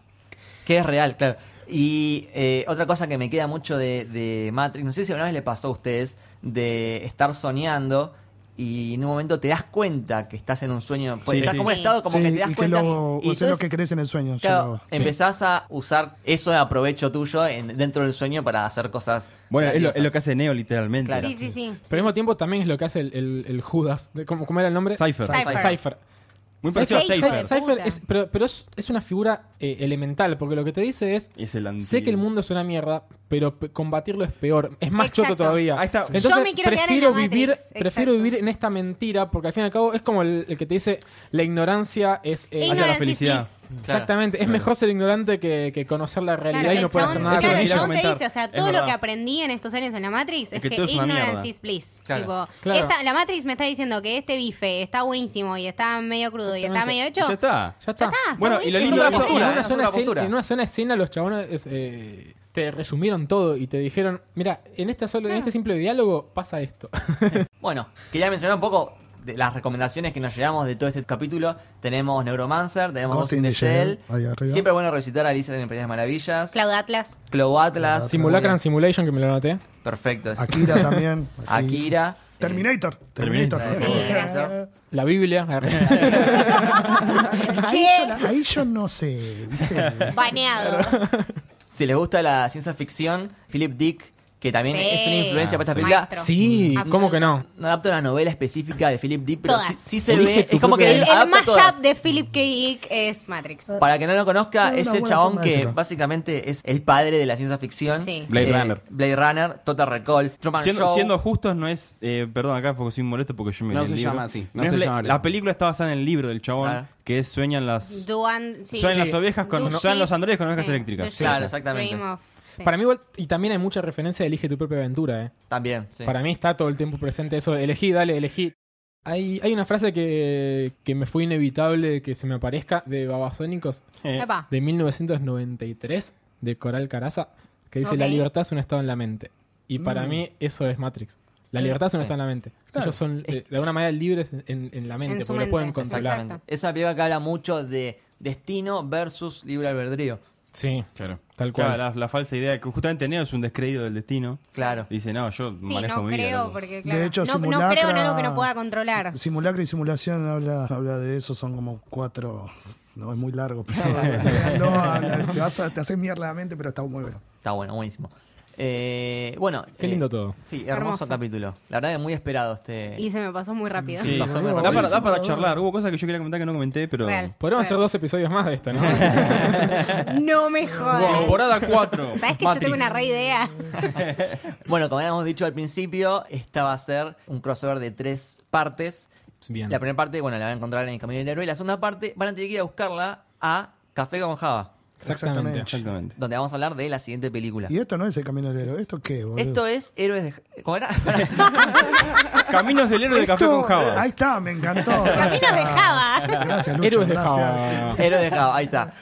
Speaker 1: Que es real, claro. Y eh, otra cosa que me queda mucho de, de Matrix, no sé si alguna vez le pasó a ustedes, de estar soñando y en un momento te das cuenta que estás en un sueño. Pues
Speaker 6: Sí,
Speaker 1: estás
Speaker 6: sí.
Speaker 1: como en estado, como
Speaker 2: Sí,
Speaker 1: que te das
Speaker 2: y
Speaker 1: cuenta.
Speaker 2: lo,
Speaker 1: y
Speaker 2: hacer lo
Speaker 1: entonces,
Speaker 2: que crees en el sueño. yo lo
Speaker 1: claro,
Speaker 2: hago.
Speaker 1: empezás a usar eso de aprovecho tuyo en- dentro del sueño para hacer cosas.
Speaker 6: Bueno, es lo, es lo que
Speaker 1: grandiosas.
Speaker 6: hace Neo, literalmente.
Speaker 1: Claro.
Speaker 3: Sí, sí, sí.
Speaker 4: Pero al mismo tiempo también es lo que hace el, el- el Judas, de- ¿cómo, cómo era el nombre?
Speaker 6: Cypher.
Speaker 3: Cypher.
Speaker 4: Cypher.
Speaker 6: Muy parecido a
Speaker 3: Cypher.
Speaker 6: Cypher.
Speaker 3: Cypher.
Speaker 4: Cypher
Speaker 3: Puta.
Speaker 4: es, pero, pero es, es una figura eh, elemental, porque lo que te dice es,
Speaker 6: Es el antiguo.
Speaker 4: sé que el mundo es una mierda, pero p- combatirlo es peor, es más
Speaker 3: Exacto.
Speaker 4: choto todavía.
Speaker 6: Ahí está.
Speaker 4: Entonces,
Speaker 3: Yo me quiero quedar en
Speaker 4: prefiero
Speaker 3: la Matrix,
Speaker 4: vivir,
Speaker 3: exacto.
Speaker 4: prefiero vivir en esta mentira, porque al fin y al cabo es como el, el que te dice, la ignorancia es... eh,
Speaker 6: Ignorancia.
Speaker 3: Ignorance is
Speaker 6: felicidad.
Speaker 3: bliss.
Speaker 4: Exactamente, es mejor ser ignorante que, que conocer la realidad
Speaker 3: Claro,
Speaker 4: y no
Speaker 3: el
Speaker 4: poder hacer
Speaker 3: chabón-
Speaker 4: nada
Speaker 3: claro,
Speaker 4: con
Speaker 3: el
Speaker 4: ella.
Speaker 3: chabón te
Speaker 6: comentar.
Speaker 3: dice, o sea,
Speaker 6: Es
Speaker 3: todo lo
Speaker 6: verdad.
Speaker 3: que aprendí en estos años en la Matrix es,
Speaker 6: que
Speaker 3: que,
Speaker 6: todo es una mierda.
Speaker 3: ignorance is bliss.
Speaker 1: Claro.
Speaker 3: Tipo,
Speaker 4: Claro.
Speaker 3: esta- la Matrix me está diciendo que este bife está buenísimo y está medio crudo y está
Speaker 4: Exactamente.
Speaker 3: medio hecho.
Speaker 6: Ya está.
Speaker 4: Ya está.
Speaker 6: Bueno, y lo
Speaker 1: Es
Speaker 6: lindo
Speaker 1: otra
Speaker 6: de ¿eh? eso-
Speaker 1: postura,
Speaker 4: en, una
Speaker 1: es
Speaker 4: sola
Speaker 1: otra
Speaker 4: escena,
Speaker 1: postura.
Speaker 4: en una sola escena los chabones eh, te resumieron todo y te dijeron, mira, en, esta solo- en este simple diálogo pasa esto.
Speaker 1: Bueno, quería mencionar un poco de las recomendaciones que nos llevamos de todo este capítulo. Tenemos Neuromancer, tenemos Ghost in the Shell.
Speaker 2: ahí arriba.
Speaker 1: Siempre bueno recitar a Alicia en Pequeñas Maravillas.
Speaker 3: Cloud Atlas.
Speaker 1: Cloud Atlas.
Speaker 4: Simulacran Simulation, que me lo anoté.
Speaker 1: Perfecto. eso.
Speaker 2: Akira también.
Speaker 1: Akira.
Speaker 2: Terminator.
Speaker 6: Terminator.
Speaker 2: Terminator.
Speaker 3: Sí, gracias.
Speaker 4: La Biblia.
Speaker 2: Ahí, yo, la- ahí yo no sé. ¿viste?
Speaker 3: Baneado.
Speaker 1: Si les gusta la ciencia ficción, Philip Dick, que también
Speaker 3: Sí.
Speaker 1: es una influencia para esta
Speaker 3: Sí.
Speaker 1: película.
Speaker 3: Maestro.
Speaker 4: sí,
Speaker 3: Absoluto.
Speaker 4: ¿cómo que no?
Speaker 1: No adapta una novela específica de Philip Dick, pero sí,
Speaker 3: Todas.
Speaker 1: sí se
Speaker 4: Elige
Speaker 1: ve.
Speaker 4: tu
Speaker 1: Es como
Speaker 4: propia
Speaker 1: que
Speaker 3: El,
Speaker 1: adapta
Speaker 3: el mashup
Speaker 1: todas.
Speaker 3: de Philip K. Dick es Matrix.
Speaker 1: Para que no lo conozca,
Speaker 2: Una
Speaker 1: es el
Speaker 2: buena
Speaker 1: chabón
Speaker 2: forma de
Speaker 1: que
Speaker 2: decirlo.
Speaker 1: básicamente es el padre de la ciencia ficción. eh,
Speaker 3: Sí.
Speaker 5: Blade Runner.
Speaker 1: Blade Runner, Total Recall, Truman
Speaker 6: Siendo,
Speaker 1: Show.
Speaker 6: siendo justos, no es. eh, perdón, acá porque soy molesto porque yo me
Speaker 5: No
Speaker 6: leí el
Speaker 5: se
Speaker 6: libro.
Speaker 5: llama así, no
Speaker 6: es
Speaker 5: se
Speaker 6: Blade-
Speaker 5: llama Blade
Speaker 6: la
Speaker 5: Runner.
Speaker 6: película está basada en el libro del chabón,
Speaker 1: Claro.
Speaker 6: que es Sueñan las.
Speaker 3: Duan, sí.
Speaker 6: Suenan
Speaker 4: Sí.
Speaker 6: las ovejas con.
Speaker 3: Do
Speaker 6: Suenan los
Speaker 3: ships,
Speaker 6: androides con ovejas
Speaker 3: sí.
Speaker 6: eléctricas.
Speaker 3: Do
Speaker 1: Claro,
Speaker 3: ships,
Speaker 1: exactamente.
Speaker 3: dream of- sí.
Speaker 4: Para mí, igual- y también hay mucha referencia de Elige tu propia aventura, ¿eh?
Speaker 1: También, sí.
Speaker 4: Para mí está todo el tiempo presente eso de elegí, dale, elegí. Hay, hay una frase que, que me fue inevitable que se me aparezca de Babasónicos
Speaker 6: Eh,
Speaker 3: Epa.
Speaker 4: de 1993 de Coral Caraza que dice
Speaker 3: Ok.
Speaker 4: la libertad es un estado en la mente. Y para mí eso es Matrix. La
Speaker 2: Sí.
Speaker 4: libertad es un
Speaker 1: Sí.
Speaker 4: estado en la mente.
Speaker 2: Mm. Claro.
Speaker 4: Ellos son eh, de alguna manera libres en, en- en la mente,
Speaker 3: En su
Speaker 4: porque lo
Speaker 3: mente.
Speaker 4: pueden controlar.
Speaker 1: Exactamente. Es una película que habla mucho de destino versus libre albedrío.
Speaker 4: Sí,
Speaker 5: Claro.
Speaker 4: tal cual.
Speaker 6: claro, la, la falsa idea que justamente Neo es un descreído del destino.
Speaker 1: Claro.
Speaker 6: Dice, no, yo
Speaker 3: Sí,
Speaker 6: manejo
Speaker 3: no
Speaker 6: mi vida.
Speaker 3: creo,
Speaker 6: loco.
Speaker 3: porque claro.
Speaker 2: hecho,
Speaker 3: no, no
Speaker 2: simulacra-
Speaker 3: creo en algo que no pueda controlar.
Speaker 2: Simulacro y simulación habla, habla de eso, son como cuatro. No, es muy largo. Pero, no, habla- te, vas a- te haces mierda la mente, pero está muy bueno.
Speaker 1: Está bueno, buenísimo. Eh, bueno.
Speaker 4: Qué
Speaker 1: eh,
Speaker 4: lindo todo.
Speaker 1: Sí, hermoso,
Speaker 3: Hermoso.
Speaker 1: capítulo. La verdad es muy esperado este.
Speaker 3: Y se me pasó muy rápido.
Speaker 6: Sí.
Speaker 1: Pasó muy
Speaker 6: Da para, da
Speaker 2: rápido.
Speaker 6: para charlar. Hubo cosas que yo quería comentar que no comenté, pero.
Speaker 3: Real.
Speaker 4: Podríamos hacer
Speaker 3: Real.
Speaker 4: dos episodios más de esto, ¿no?
Speaker 3: No me jodas.
Speaker 6: Temporada 4.
Speaker 3: ¿Sabes que yo tengo una re idea?
Speaker 1: Bueno, como habíamos dicho al principio, esta va a ser un crossover de tres partes.
Speaker 4: Bien.
Speaker 1: La primera parte, bueno, la van a encontrar en el Camino del Héroe. Y la segunda parte van a tener que ir a buscarla a Café con Java,
Speaker 4: Exactamente.
Speaker 6: Exactamente.
Speaker 1: donde vamos a hablar de la siguiente película.
Speaker 2: Y esto no es el camino del héroe. ¿Esto qué, boludo?
Speaker 1: Esto es Héroes de... ¿Cómo era?
Speaker 6: Caminos del héroe de café
Speaker 2: Ah, Esto-
Speaker 6: con Java.
Speaker 2: Ahava. Ahí está, me encantó.
Speaker 3: Caminos de
Speaker 2: Gracias.
Speaker 3: Java.
Speaker 2: Gracias, Lucho.
Speaker 4: Héroes de
Speaker 2: gracias.
Speaker 4: Java.
Speaker 1: Héroes de Java, ahí está.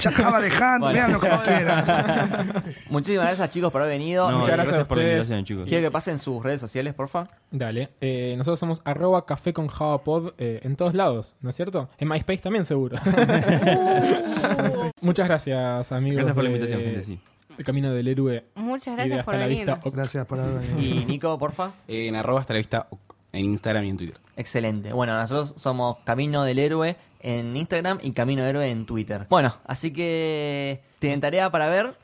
Speaker 2: Ya Java de Hunt,
Speaker 1: Bueno.
Speaker 2: véanlo como quieran.
Speaker 1: Muchísimas gracias, chicos, por haber venido.
Speaker 6: No,
Speaker 1: Eh,
Speaker 4: Muchas gracias a
Speaker 6: por la
Speaker 4: ustedes.
Speaker 6: invitación, chicos.
Speaker 1: Quiero que pasen sus redes sociales, porfa.
Speaker 4: Dale. Eh, nosotros somos arroba café con Java Pod, eh, en todos lados, ¿no es cierto? En MySpace también seguro. Muchas gracias, amigos.
Speaker 6: Gracias por la
Speaker 4: de-
Speaker 6: invitación, gente, sí.
Speaker 4: El camino del héroe.
Speaker 3: Muchas
Speaker 4: y de
Speaker 3: gracias
Speaker 4: hasta
Speaker 3: por
Speaker 4: la
Speaker 3: venir.
Speaker 4: vista. ok.
Speaker 2: Gracias por haber venido.
Speaker 1: Y Nico, porfa.
Speaker 5: En arroba hasta la vista en Instagram y en Twitter.
Speaker 1: Excelente. Bueno, nosotros somos Camino del Héroe en Instagram y Camino del Héroe en Twitter. Bueno, así que tienen tarea para ver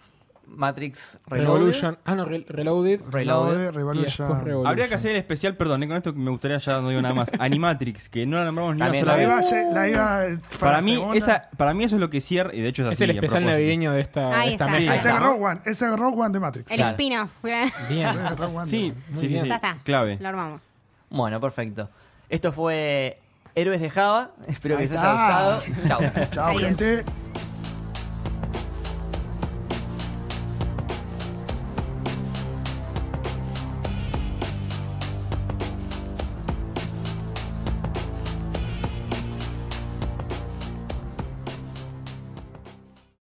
Speaker 1: Matrix Reloaded.
Speaker 4: Revolution. Ah, no, Re- Reloaded.
Speaker 1: Reloaded.
Speaker 2: Reloaded,
Speaker 4: Y después
Speaker 2: Revolution.
Speaker 4: Revolution.
Speaker 6: Habría que hacer el especial, perdón, eh, con esto me gustaría ya no digo nada más. Animatrix, que no la nombramos ni
Speaker 1: También
Speaker 6: una
Speaker 2: La
Speaker 6: sola
Speaker 2: iba,
Speaker 6: vez.
Speaker 2: la iba eh, para,
Speaker 6: Para
Speaker 2: la
Speaker 6: mí,
Speaker 2: segunda.
Speaker 6: esa, para mí eso es lo que cierra, y de hecho es así.
Speaker 4: Es el
Speaker 6: a
Speaker 4: especial
Speaker 6: propósito.
Speaker 4: navideño de esta,
Speaker 3: Ahí
Speaker 4: de esta
Speaker 3: está.
Speaker 2: Es
Speaker 6: Sí.
Speaker 2: el
Speaker 6: ¿no?
Speaker 2: Rogue One, es el Rogue One de Matrix.
Speaker 3: El
Speaker 1: Claro.
Speaker 3: spin-off.
Speaker 4: Bien.
Speaker 2: Es el Rogue One de
Speaker 6: Eh. Sí,
Speaker 2: Matrix.
Speaker 4: Muy
Speaker 6: sí, sí,
Speaker 4: bien.
Speaker 6: sí.
Speaker 3: ya está.
Speaker 6: Clave.
Speaker 3: Lo armamos.
Speaker 1: Bueno, perfecto. Esto fue Héroes de Java. Espero que
Speaker 2: Ahí
Speaker 1: les haya
Speaker 2: está.
Speaker 1: gustado. Chao.
Speaker 2: Chao,
Speaker 3: Adiós.
Speaker 2: gente.